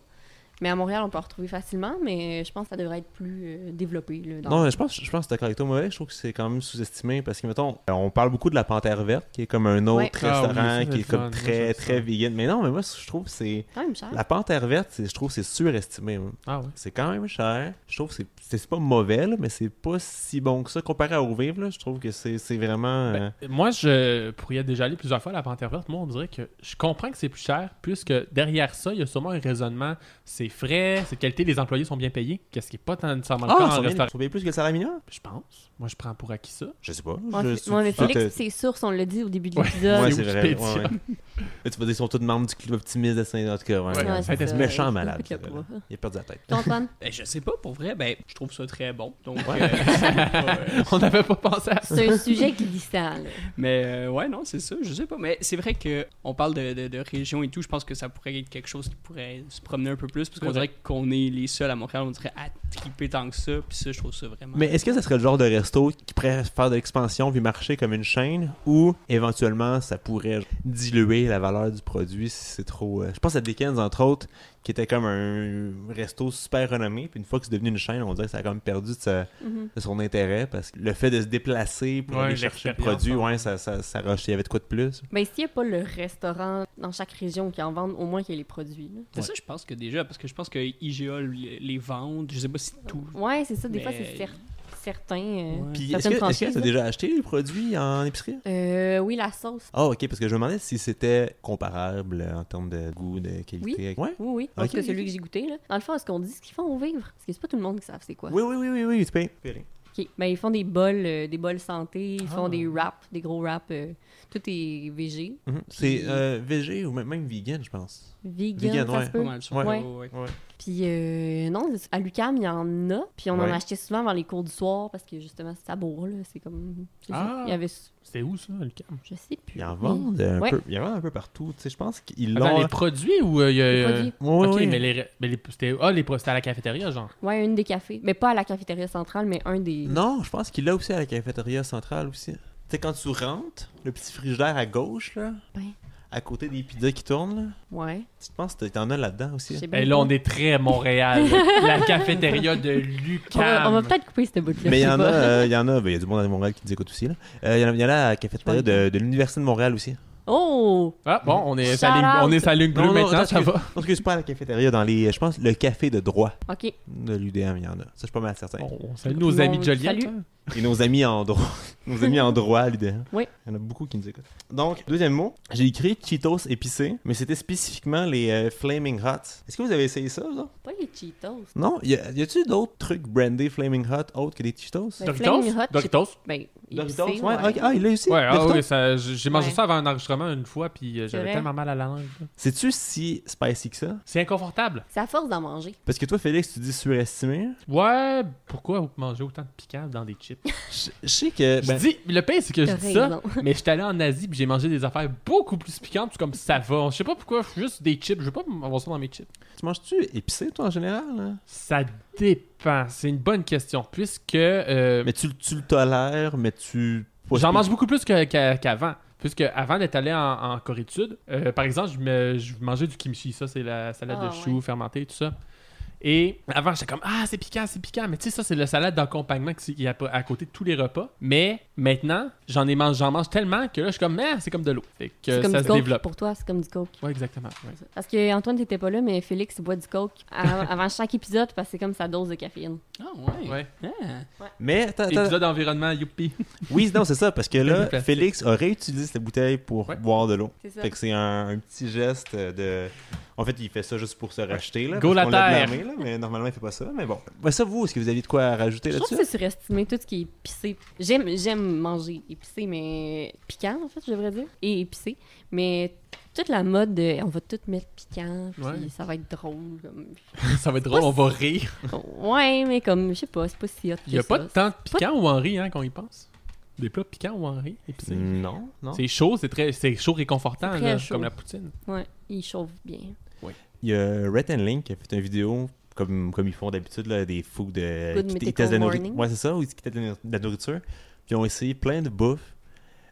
S3: Mais à Montréal, on peut en retrouver facilement, mais je pense que ça devrait être plus euh, développé. là, dans-
S1: Non, mais je pense, je pense que t'es correct. Moi, je trouve que c'est quand même sous-estimé parce que, mettons, euh, on parle beaucoup de la Panthère Verte qui est comme un autre
S3: Ouais.
S2: Ah oui,
S1: restaurant
S2: ça, c'est
S1: qui est
S2: le fun.
S1: comme
S2: Moi,
S1: très,
S2: j'aime ça.
S1: très vegan. Mais non, mais moi, je trouve que c'est.
S3: quand même cher.
S1: La Panthère Verte, c'est- je trouve que c'est surestimé. moi.
S2: Ah ouais.
S1: C'est quand même cher. Je trouve que c'est- c'est pas mauvais, là, mais c'est pas si bon que ça. Comparé à Au Vivre, là, je trouve que c'est c'est vraiment. euh,
S2: Ben, moi, je pourrais déjà aller plusieurs fois à la Panthère Verte. Moi, on dirait que je comprends que c'est plus cher, puisque derrière ça, il y a sûrement un raisonnement. C'est frais, c'est de qualité, les employés sont bien payés. Qu'est-ce qui n'est pas tant nécessairement le
S1: Ah,
S2: cas en
S1: ils sont bien-
S2: restaurant.
S1: ils sont bien plus que le salaire minimum
S2: Je pense. Moi, je prends pour acquis ça.
S1: Je sais pas.
S3: Moi,
S1: je,
S3: c'est- moi, mais
S1: tu- tu-
S3: Félix, c'est source, on l'a dit au début de
S2: Ouais.
S3: l'épisode.
S1: Ouais,
S2: C'est
S1: c'est vrai.
S2: Wikipédia.
S1: ouais, ouais. Là, tu vas dire qu'ils sont tous membres du club optimiste de saint En tout cas, ouais.
S2: Ouais,
S3: Ouais,
S1: Ouais,
S2: ça a
S3: c'est
S2: été
S3: ça.
S1: méchant
S3: Ouais,
S1: malade.
S3: c'est
S1: ça,
S3: le
S1: là.
S3: cas,
S1: Il a perdu la tête.
S3: Toi, Antoine,
S8: Ben, je sais pas, pour vrai, ben, je trouve ça très bon. Donc,
S1: Ouais.
S8: euh, c'est pas, euh,
S2: On n'avait pas pensé à ça.
S3: c'est un sujet glissant. là.
S8: Mais euh, ouais, non, c'est ça, je sais pas. Mais c'est vrai que on parle de, de, de région et tout, je pense que ça pourrait être quelque chose qui pourrait se promener un peu plus, parce qu'on
S2: Ouais.
S8: dirait qu'on est les seuls à Montréal, on dirait à triper tant que ça, puis ça, je trouve ça vraiment...
S1: Mais est-ce que ça serait le genre de resto qui pourrait faire de l'expansion puis marcher comme une chaîne ou éventuellement ça pourrait diluer la valeur du produit si c'est trop. euh, Je pense à Dickens entre autres qui était comme un resto super renommé puis une fois que c'est devenu une chaîne on dirait que ça a comme perdu de, sa-
S3: Mhm.
S1: de son intérêt parce que le fait de se déplacer pour
S2: Ouais,
S1: aller chercher le
S2: l'expérience,
S1: produit
S2: hein.
S1: ouais ça ça ça rush. il y avait de quoi de plus.
S3: Ben, s'il n'y a pas le restaurant dans chaque région qui en vend, au moins qu'il y ait les produits. là.
S8: C'est ça, je pense que déjà, parce que je pense que IGA les les ventes, je sais pas si tout...
S3: Ouais, c'est ça. Des fois,
S8: Mais-
S3: c'est cer- certains. euh,
S8: Ouais.
S1: Puis est-ce
S3: Certaines
S1: que est-ce que
S3: franchises,
S1: t'as
S3: là.
S1: déjà acheté les produits en épicerie?
S3: Euh, oui, la sauce.
S1: Ah ok parce que je me demandais si c'était comparable euh, en termes de goût de qualité. Ouais.
S3: Oui, oui. En
S1: Ok,
S3: tout cas,
S1: ok,
S3: celui
S1: ok.
S3: que j'ai goûté. Là. Dans le fond, est-ce qu'on dit ce qu'ils font au vivre? Parce que c'est pas tout le monde qui savent c'est quoi.
S1: Oui, oui, oui, oui, oui, tu payes.
S3: Ok. Ben, ils font des bols, euh, des bols santé. Ils font
S2: Ah.
S3: des wraps, des gros wraps. euh, tout est végé.
S1: Mhm. C'est euh, végé ou même, même vegan, je pense.
S3: Vegan,
S1: Vegan,
S3: ça
S1: ouais.
S3: se peut.
S8: Pas mal, ça.
S1: Ouais.
S3: Ouais. Puis euh, non, c'est- à l'UCAM, il y en a. Puis on en
S1: Ouais.
S3: achetait souvent avant les cours du soir parce que justement, c'est à Bourg, là. C'est comme. c'est ça.
S2: Ah.
S3: Il y avait.
S2: C'est où ça, le camp?
S3: Je sais plus.
S1: Ils en
S3: Mais-
S1: vendent un
S3: Ouais.
S1: peu. Il y en a un peu partout. Tu sais, je pense qu'ils
S2: Attends,
S1: l'ont.
S2: les produits ou euh, il
S3: Les
S2: y a.
S3: produits.
S1: Ouais, ouais,
S2: ok,
S1: ouais.
S2: mais les. mais les- c'était ah, les pro- c'était à la cafétéria, genre.
S3: Ouais, une des cafés. Mais pas à la cafétéria centrale, mais un des.
S1: Non, je pense qu'il l'a aussi à la cafétéria centrale aussi. Tu sais, quand tu rentres, le petit frigidaire à gauche, là,
S3: Ouais.
S1: à côté des pizzas qui tournent, là,
S3: Ouais.
S1: tu penses que t'en as là-dedans
S3: je
S1: aussi. hein?
S3: sais
S2: Et
S3: bien
S2: Ben là, on
S3: pas.
S2: est très Montréal. la cafétéria de
S3: On va, on va
S2: Lucas.
S3: peut-être couper cette bout-là.
S1: Mais il y
S3: je sais
S1: en a,
S3: pas.
S1: euh, il y en a, ben, il y a du monde à Montréal qui nous écoute aussi. là. Euh, Il y en a- il y en a à la cafétéria de, de l'Université de Montréal aussi.
S3: Oh!
S2: Ah, bon, on est sa
S3: Shout
S2: ligne,
S3: out.
S2: on est sa ligne bleue maintenant, ça va.
S1: Parce que c'est pas à la cafétéria, dans les. Je pense le café de droit
S3: OK.
S1: de l'UDM, il y en a. Ça, je suis pas mal certain.
S2: On, on salue nos amis de Joliette.
S3: Salut.
S2: hein.
S1: Et nos amis en droit. nos amis en droit, l'UDM.
S3: Oui.
S1: Il y en a beaucoup qui nous écoutent. Donc, deuxième mot, j'ai écrit Cheetos épicés, mais c'était spécifiquement les euh, Flaming Hot. Est-ce que vous avez essayé ça, vous autres?
S3: Pas les Cheetos.
S1: Non? Y a- y a-tu d'autres trucs brandés Flaming Hot autres que des Cheetos?
S3: Ben,
S2: Doritos?
S3: Flaming Hot,
S2: Doritos?
S3: Ben,
S1: Doritos,
S3: épicé,
S1: ouais. ok. Ah, il l'a aussi?
S2: Ouais, ah
S1: Doritos?
S2: oui, ça- j- j'ai mangé
S3: Ouais.
S2: ça avant un enregistrement une fois, puis euh, j'avais
S3: vrai.
S2: tellement mal à la langue. là.
S1: Sais-tu si spicy que ça?
S2: C'est inconfortable.
S3: C'est à force d'en manger.
S1: Parce que toi, Félix, tu dis surestimé.
S2: Ouais, pourquoi vous mangez autant de piquant dans des chips?
S1: Je je sais que...
S2: Je
S1: ben,
S2: dis, le pire, c'est que je
S3: T'as
S2: dis ça,
S3: raison.
S2: mais j'étais allé en Asie puis j'ai mangé des affaires beaucoup plus piquantes, puis comme ça va. Je sais pas pourquoi, juste des chips. Je veux pas avoir ça dans mes chips.
S1: tu manges-tu épicé, toi, en général? hein?
S2: Ça dépend. C'est une bonne question, puisque euh,
S1: Mais tu, tu le tolères, mais tu...
S2: j'en mange beaucoup plus que- qu'à- qu'avant. Puisque avant d'être allé en, en Corée du Sud, euh, par exemple, je, me- je mangeais du kimchi, ça c'est la salade
S3: Ah,
S2: de choux
S3: ouais.
S2: fermentée et tout ça. Et avant, j'étais comme Ah, c'est piquant, c'est piquant. Mais tu sais, ça c'est la salade d'accompagnement qui est à, à côté de tous les repas. Mais maintenant, j'en ai mange, j'en mange tellement que là, je suis comme Ah, c'est comme de l'eau. Fait que
S3: c'est comme
S2: ça
S3: du
S2: se
S3: coke.
S2: développe.
S3: Pour toi, c'est comme du coke.
S2: Ouais, exactement. ouais.
S3: Parce que Antoine, t'étais pas là, mais Félix boit du coke avant, avant chaque épisode parce que c'est comme sa dose de caféine.
S8: Ah ouais?
S2: Ouais.
S8: Ah.
S1: Mais attends, attends,
S2: Épisode environnement, youpi.
S1: Oui, non, c'est ça, parce que
S2: Comme du
S1: là,
S2: plastique.
S1: Félix a réutilisé cette bouteille pour
S2: Ouais.
S1: boire de l'eau.
S3: C'est ça.
S1: Fait que c'est un, un petit geste de. En fait, il fait ça juste pour se racheter. Là, parce
S2: Go la
S1: qu'on l'a
S2: terre!
S1: blâmé, là, mais normalement, il fait pas ça. Mais bon. Ben, ça, vous, est-ce que vous avez de quoi à rajouter
S3: Je trouve
S1: là-dessus
S3: que c'est surestimé tout ce qui est épicé. J'aime, j'aime manger épicé, mais piquant, en fait, je devrais dire. Et épicé. Mais toute la mode de on va tout mettre piquant, puis
S2: Ouais.
S3: ça va être drôle. comme-
S2: Ça va être drôle, on va rire.
S3: ouais, mais comme, je sais pas, c'est pas si hot.
S2: Il y a
S3: que
S2: pas
S3: ça.
S2: de tant de piquant ou en riz, hein, qu'on y pense. Des plats piquants ou en riz. épicés.
S1: Non, non.
S2: C'est chaud, c'est très c'est chaud réconfortant,
S3: C'est très
S2: là,
S3: chaud.
S2: comme la poutine.
S3: Ouais, il chauffe bien.
S1: Il y a Red and Link qui a fait une vidéo. Comme, comme ils font d'habitude, là, des fous de. qui
S3: Good
S1: t-
S3: mythical
S1: testent la nourri-
S3: morning.
S1: Ouais, c'est ça, ou ils testent la nour- la nourriture. Puis ils ont essayé plein de bouffe.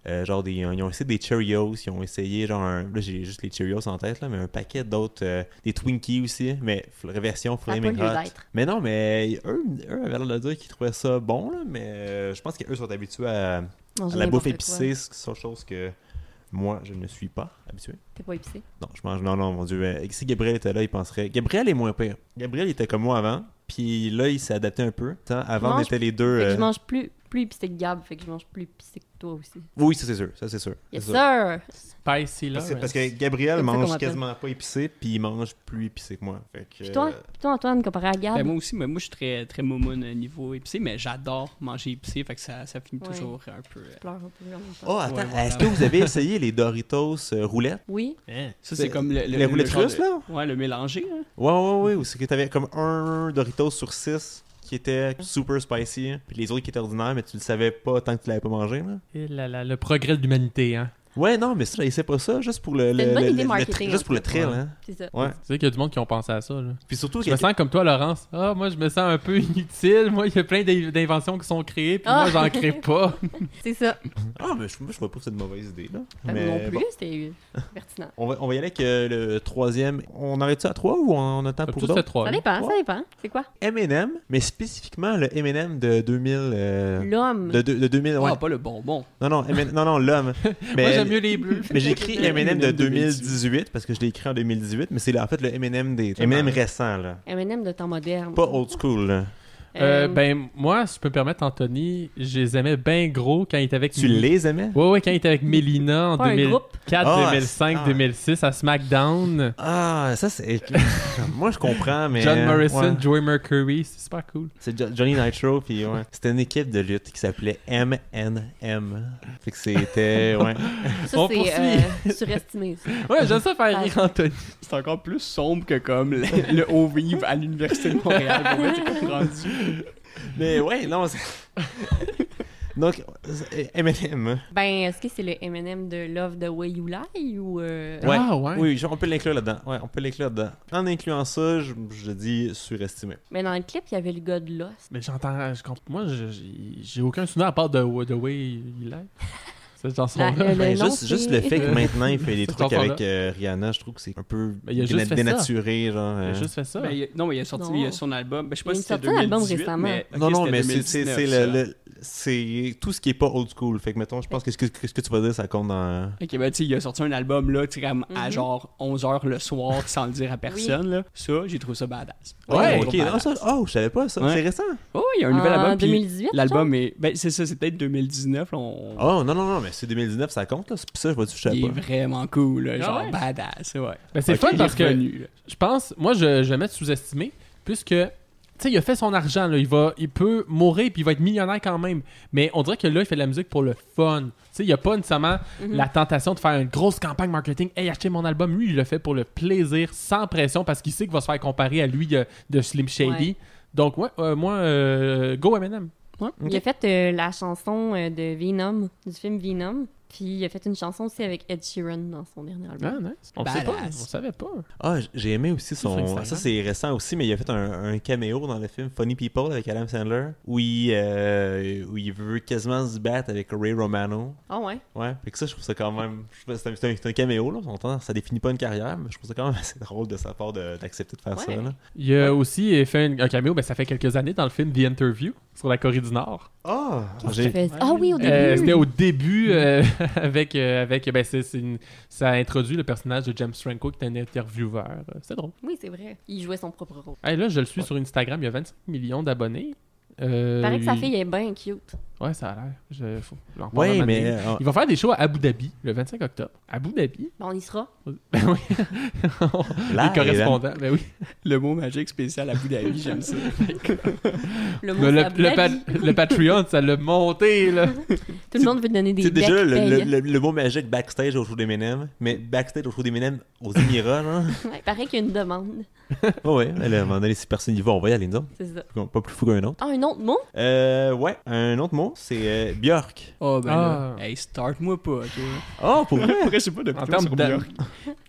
S1: Euh, genre, des, ils ont essayé des Cheerios, ils ont essayé, genre, un- là, j'ai juste les Cheerios en tête, là, mais un paquet d'autres, euh, des Twinkies aussi, mais fl- version
S3: Ça n'a pas
S1: Flaming
S3: lieu
S1: Hot.
S3: d'être.
S1: Mais non, mais eux, eux avaient l'air de dire qu'ils trouvaient ça bon, là, mais euh, je pense qu'eux sont habitués à, à
S3: Manger
S1: la bouffe
S3: n'importe quoi.
S1: épicée, c'est quelque chose que moi, je ne suis pas habitué.
S3: T'es pas épicé.
S1: Non, je mange. Non, non, mon Dieu. euh, Si Gabriel était là, il penserait. Gabriel est moins pire. Gabriel il était comme moi avant. Puis là, il s'est adapté un peu. Tant- Avant, on
S3: mange-
S1: était les deux.
S3: Fait que
S1: euh,
S3: je mange plus, plus épicé que Gab, fait que je mange plus épicé que toi aussi.
S1: Oui, ça, c'est sûr. Ça, c'est sûr.
S3: Yes,
S1: C'est sûr.
S3: sir!
S2: Spicy là.
S1: Parce que- parce que Gabriel
S3: Comme ça qu'on
S1: mange
S3: m'appelle.
S1: quasiment pas épicé, puis il mange plus épicé que moi. Fait que,
S3: Puis toi,
S1: euh,
S3: puis toi, Antoine, comparé à Gab,
S8: Ben, moi aussi, mais moi je suis très, très moumoune au niveau épicé, mais j'adore manger épicé, fait que ça, ça finit
S3: Ouais.
S8: toujours un peu. euh,
S3: je pleure un peu longtemps.
S1: Oh, attends.
S8: Ouais, voilà.
S1: Est-ce que vous avez essayé les Doritos euh, roulettes
S3: Oui,
S8: Ça, c'est comme le. le-
S1: Les
S8: le
S1: roulettes
S8: genre
S1: russes,
S8: de-
S1: là
S8: Ouais, le mélanger. hein.
S1: Ouais, ouais, ouais. Ou c'est que t'avais comme un Doritos sur six qui était super spicy, puis les autres qui étaient ordinaires, mais tu le savais pas tant que tu l'avais pas mangé, là.
S2: Et là, là, le progrès de l'humanité, hein.
S1: Ouais, non, mais ça, c'est pas ça, juste pour le.
S3: C'était une
S1: le-
S3: bonne
S1: le-
S3: idée
S1: le- le-
S3: marketing,
S1: juste pour le
S3: en fait.
S1: thrill,
S2: Ouais.
S1: hein.
S3: c'est ça.
S1: Ouais.
S2: Tu sais qu'il y a du monde qui ont pensé à ça, là.
S1: Puis surtout,
S2: Je me
S1: que-
S2: sens comme toi, Laurence. Ah, moi, je me sens un peu inutile. Moi, il y a plein d'in- d'inventions qui sont créées, puis
S3: Ah.
S2: moi, j'en crée pas.
S3: C'est ça.
S1: Ah, mais je, moi, je vois pas que c'est une mauvaise idée, là.
S3: Fait que
S1: Mais
S3: non plus,
S1: bon,
S3: c'était pertinent.
S1: on, va, on va y aller avec euh, le troisième. On arrête-tu à trois ou on, on attend
S2: Fait que
S1: pour
S2: tout fait
S1: d'autres?
S2: trois.
S3: Ça dépend, ça dépend. C'est quoi?
S1: M&M, mais spécifiquement le M&M de 2000... euh,
S3: L'homme.
S1: de, de- de 2000, ouais.
S8: Ah, pas le bonbon.
S1: Non, non, M&M non, non, l'homme. Mais,
S2: Oh. Moi, j'aime mieux les bleus.
S1: mais j'écris M&M de
S8: 2018.
S1: 2018 parce que je l'ai écrit en 2018, mais c'est le- en fait le M&M des...
S2: Tellement.
S1: M&M récent, là.
S3: M&M de temps moderne.
S1: Pas old school, là.
S2: Euh, ben, moi, si je peux me permettre, Anthony, je les aimais bien gros quand il était avec...
S1: Tu les aimais?
S2: Ouais, ouais, quand il était avec Mélina en
S3: Pas un
S2: 2004,
S3: groupe.
S2: 2005,
S1: Ah, c'est- ah.
S2: 2006 à SmackDown.
S1: Ah, ça, c'est... Moi, je comprends, mais...
S2: John Morrison,
S1: ouais.
S2: Joey Mercury, c'est super cool.
S1: C'est Jo- Johnny Nitro, puis ouais. C'était une équipe de lutte qui s'appelait MNM. Fait que c'était, ouais.
S3: ça,
S2: on
S3: c'est
S2: poursuit.
S3: euh, surestimé. ça.
S2: Ouais, j'aime ça faire rire Anthony.
S8: C'est encore plus sombre que comme le, le haut vivre à l'Université de Montréal. Pour vrai, c'est comme rendu.
S1: Mais ouais, non, c'est... Donc, c'est- M&M.
S3: Ben, est-ce que c'est le M&M de Love the Way You Lie ou... euh,
S1: Ouais.
S2: Ah, ouais.
S1: Oui, je- on peut l'inclure là-dedans. Ouais, on peut l'inclure là-dedans. En incluant ça, je, je dis surestimé.
S3: Mais dans le clip, il y avait le gars de Lost.
S2: Mais j'entends, je comprends. Moi, je- j'ai j'ai aucun souvenir à part de The Way Il Est. Cette
S3: La-
S2: chanson-là.
S3: euh,
S1: Ben,
S3: le nom,
S1: juste, juste le
S3: c'est-
S1: fait que maintenant, il fait des
S2: Cet
S1: trucs avec
S2: enfant-là.
S1: euh, Rihanna, je trouve que c'est un peu
S2: Mais Ben, il a juste
S1: déna-
S2: fait ça.
S1: dénaturé, genre...
S2: Il
S1: euh.
S2: a juste fait ça.
S8: Ben, il a- non, mais il a sorti
S3: Non.
S8: il a son album. Ben, je sais pas
S3: Il a
S8: si c'était
S3: sorti un album
S8: 2018,
S3: récemment.
S8: mais- ok,
S1: non, non,
S8: c'était
S1: mais c'est- c'est
S8: 2019,
S1: c'est
S8: ça.
S1: le- le- c'est tout ce qui est pas old school. Fait que, mettons, je pense que ce que, que ce que tu vas dire, ça compte dans...
S8: Ok, ben, tu sais, il a sorti un album, là, tu sais, comme à
S3: Mhm.
S8: genre 11h le soir, sans le dire à personne, là. Ça, j'ai trouvé ça badass.
S1: Ouais,
S8: j'ai
S1: ok.
S8: trouvé
S1: Non,
S8: badass.
S1: ça, oh, je savais pas ça.
S8: Ouais.
S1: C'est récent.
S8: Oh, il y a un nouvel
S3: En
S8: album. puis
S3: 2018,
S8: L'album est. Ben, c'est ça, c'est peut-être 2019. là, on-
S1: Oh, non, non, non, mais c'est 2019, ça compte. Là. C'est pour ça, je vois du je savais
S8: il est
S1: pas.
S8: vraiment cool, là,
S2: Ah
S8: genre
S2: ouais?
S8: badass, ouais.
S2: Ben, c'est
S8: Ok, il
S2: fun
S8: est
S2: parce que
S8: revenu, là.
S2: je pense, moi, je, je vais mettre sous-estimé, puisque, tu sais, il a fait son argent, là. Il, va, il peut mourir, puis il va être millionnaire quand même. Mais on dirait que là, il fait de la musique pour le fun. Tu sais, il n'y a pas nécessairement la tentation de faire une grosse campagne marketing. Hey, achetez mon album. Lui, il le fait pour le plaisir, sans pression, parce qu'il sait qu'il va se faire comparer à lui euh, de Slim Shady. Donc, ouais, euh, moi, euh, go Eminem.
S3: Il a fait euh, la chanson euh, de Venom, du film Venom. Puis il a fait une chanson aussi avec Ed Sheeran dans son dernier album.
S2: nice. On le sait pas. On le savait pas.
S1: Ah, j- j'ai aimé aussi
S2: Sur
S1: son.
S2: Instagram.
S1: Ça, c'est récent aussi, mais il a fait un, un caméo dans le film Funny People avec Adam Sandler où il, euh, où il veut quasiment se battre avec Ray Romano.
S3: Ah ouais?
S1: Ouais, fait que ça, je trouve ça quand même. je trouve que C'est un, c'est un- c'est un caméo, là, on s'entend. Ça définit pas une carrière, mais je trouve ça quand même assez drôle de sa part de- d'accepter de, faire
S3: Ouais.
S1: ça. Là.
S2: Il a aussi fait un, un caméo, ben, ça fait quelques années, dans le film The Interview, sur la Corée du Nord.
S1: Ah,
S3: Il
S1: j'ai.
S3: fait- Ah oui, au début!
S2: Euh, C'était au début euh, avec euh, avec ben c'est c'est une- ça a introduit le personnage de James Franco qui était un intervieweur. Euh, C'est drôle.
S3: Oui, c'est vrai. Il jouait son propre rôle.
S2: Hey, là je le suis sur Instagram, il y a 25 millions d'abonnés. Euh,
S3: Il paraît que sa
S2: il-
S3: fille est bien cute.
S2: Ouais, ça a l'air. Je, faut- je leur parle un
S1: Ouais,
S2: moment
S1: mais.
S2: donné.
S1: euh,
S2: Il va faire des shows à Abu Dhabi le 25 octobre. Abu Dhabi?
S3: Ben, on y sera.
S2: Ben oui.
S1: là,
S2: Les correspondants, ben oui.
S8: Le mot magique spécial à Abu Dhabi, j'aime ça.
S2: Mais
S3: Le, mot,
S2: le,
S3: c'est Abu
S2: le
S3: Dhabi.
S2: pa- le Patreon, ça l'a monté, là.
S3: Tout le monde veut donner des
S1: C'est déjà
S3: becs,
S1: le,
S3: paye.
S1: le- le- le mot magique backstage au show des M&M, mais backstage au show des M&M aux Émirats, là.
S3: Ouais, il paraît qu'il y a une demande.
S1: Oh ouais, mais là, à un moment donné, si personne y va, on va y aller, nous autres.
S3: C'est ça.
S1: Pas plus fou qu'un autre.
S3: Ah, un autre mot?
S1: Euh, ouais, un autre mot, c'est euh, Björk.
S8: Oh, ben
S2: Ah.
S8: là. Hey, start-moi pas, ok?
S3: Ah,
S1: Oh, pour vrai?
S8: Après, je sais pas de
S2: En
S8: quoi
S2: termes
S8: sur
S2: d'a-
S8: Björk.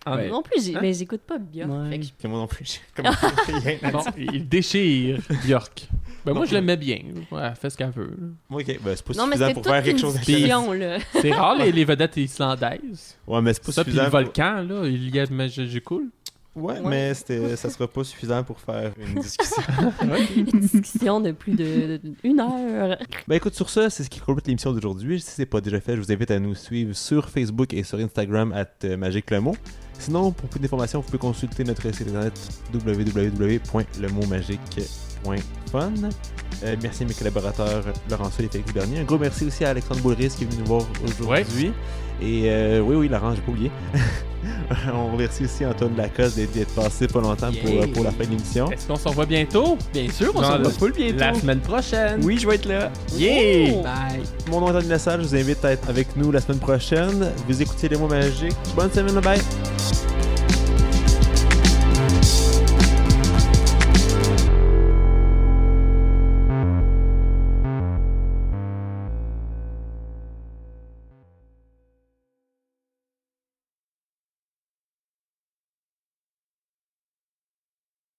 S2: En-
S8: Ouais.
S3: Non
S1: Hein?
S3: plus, j'ai- mais j'écoute pas Björk.
S8: Ouais.
S3: fait que je-
S1: C'est moi non plus, j'ai comme rien à
S2: Bon,
S1: dire.
S2: il déchire Björk. Ben, moi,
S1: Donc,
S2: je l'aimais bien. Ouais, elle fait ce qu'elle veut. là.
S1: Ok, ben, c'est pas
S3: Non,
S1: suffisant
S3: mais c'était
S1: pour
S3: toute
S1: faire
S3: une
S1: quelque chose d'intéressant.
S3: discussion, là.
S2: C'est rare, les, les vedettes islandaises.
S1: Ouais, mais c'est pas
S2: Ça, puis le
S1: suffisant. pour-
S2: volcan, là, il y a mais je- je coule.
S1: Ouais,
S3: Ouais.
S1: mais c'était- ça sera pas suffisant pour faire une discussion.
S3: Une discussion de plus de, de- une heure.
S1: ben écoute, sur ça, c'est ce qui complète l'émission d'aujourd'hui. Si c'est pas déjà fait, je vous invite à nous suivre sur Facebook et sur Instagram at euh, Magique Le Mot. Sinon, pour plus d'informations, vous pouvez consulter notre site internet www.lemotmagique.fun. Euh, merci à mes collaborateurs Laurent Sol et Félix Bernier. Un gros merci aussi à Alexandre Boulris qui est venu nous voir aujourd'hui. Et euh, oui, oui, Laurent, j'ai pas oublié. On remercie aussi Antoine Lacoste d'être d'être passé pas longtemps pour,
S8: Yeah.
S1: euh, pour la fin de l'émission.
S2: Est-ce qu'on se revoit bientôt?
S8: Bien sûr, on
S2: Dans
S8: s'en
S2: le-
S8: va full bientôt.
S2: La semaine prochaine. Oh!
S8: Oui, je vais être là.
S2: Yeah!
S8: Bye.
S1: Mon nom est Antoine Lessard, je vous invite à être avec nous la semaine prochaine. Vous écoutez les mots magiques. Bonne semaine, bye!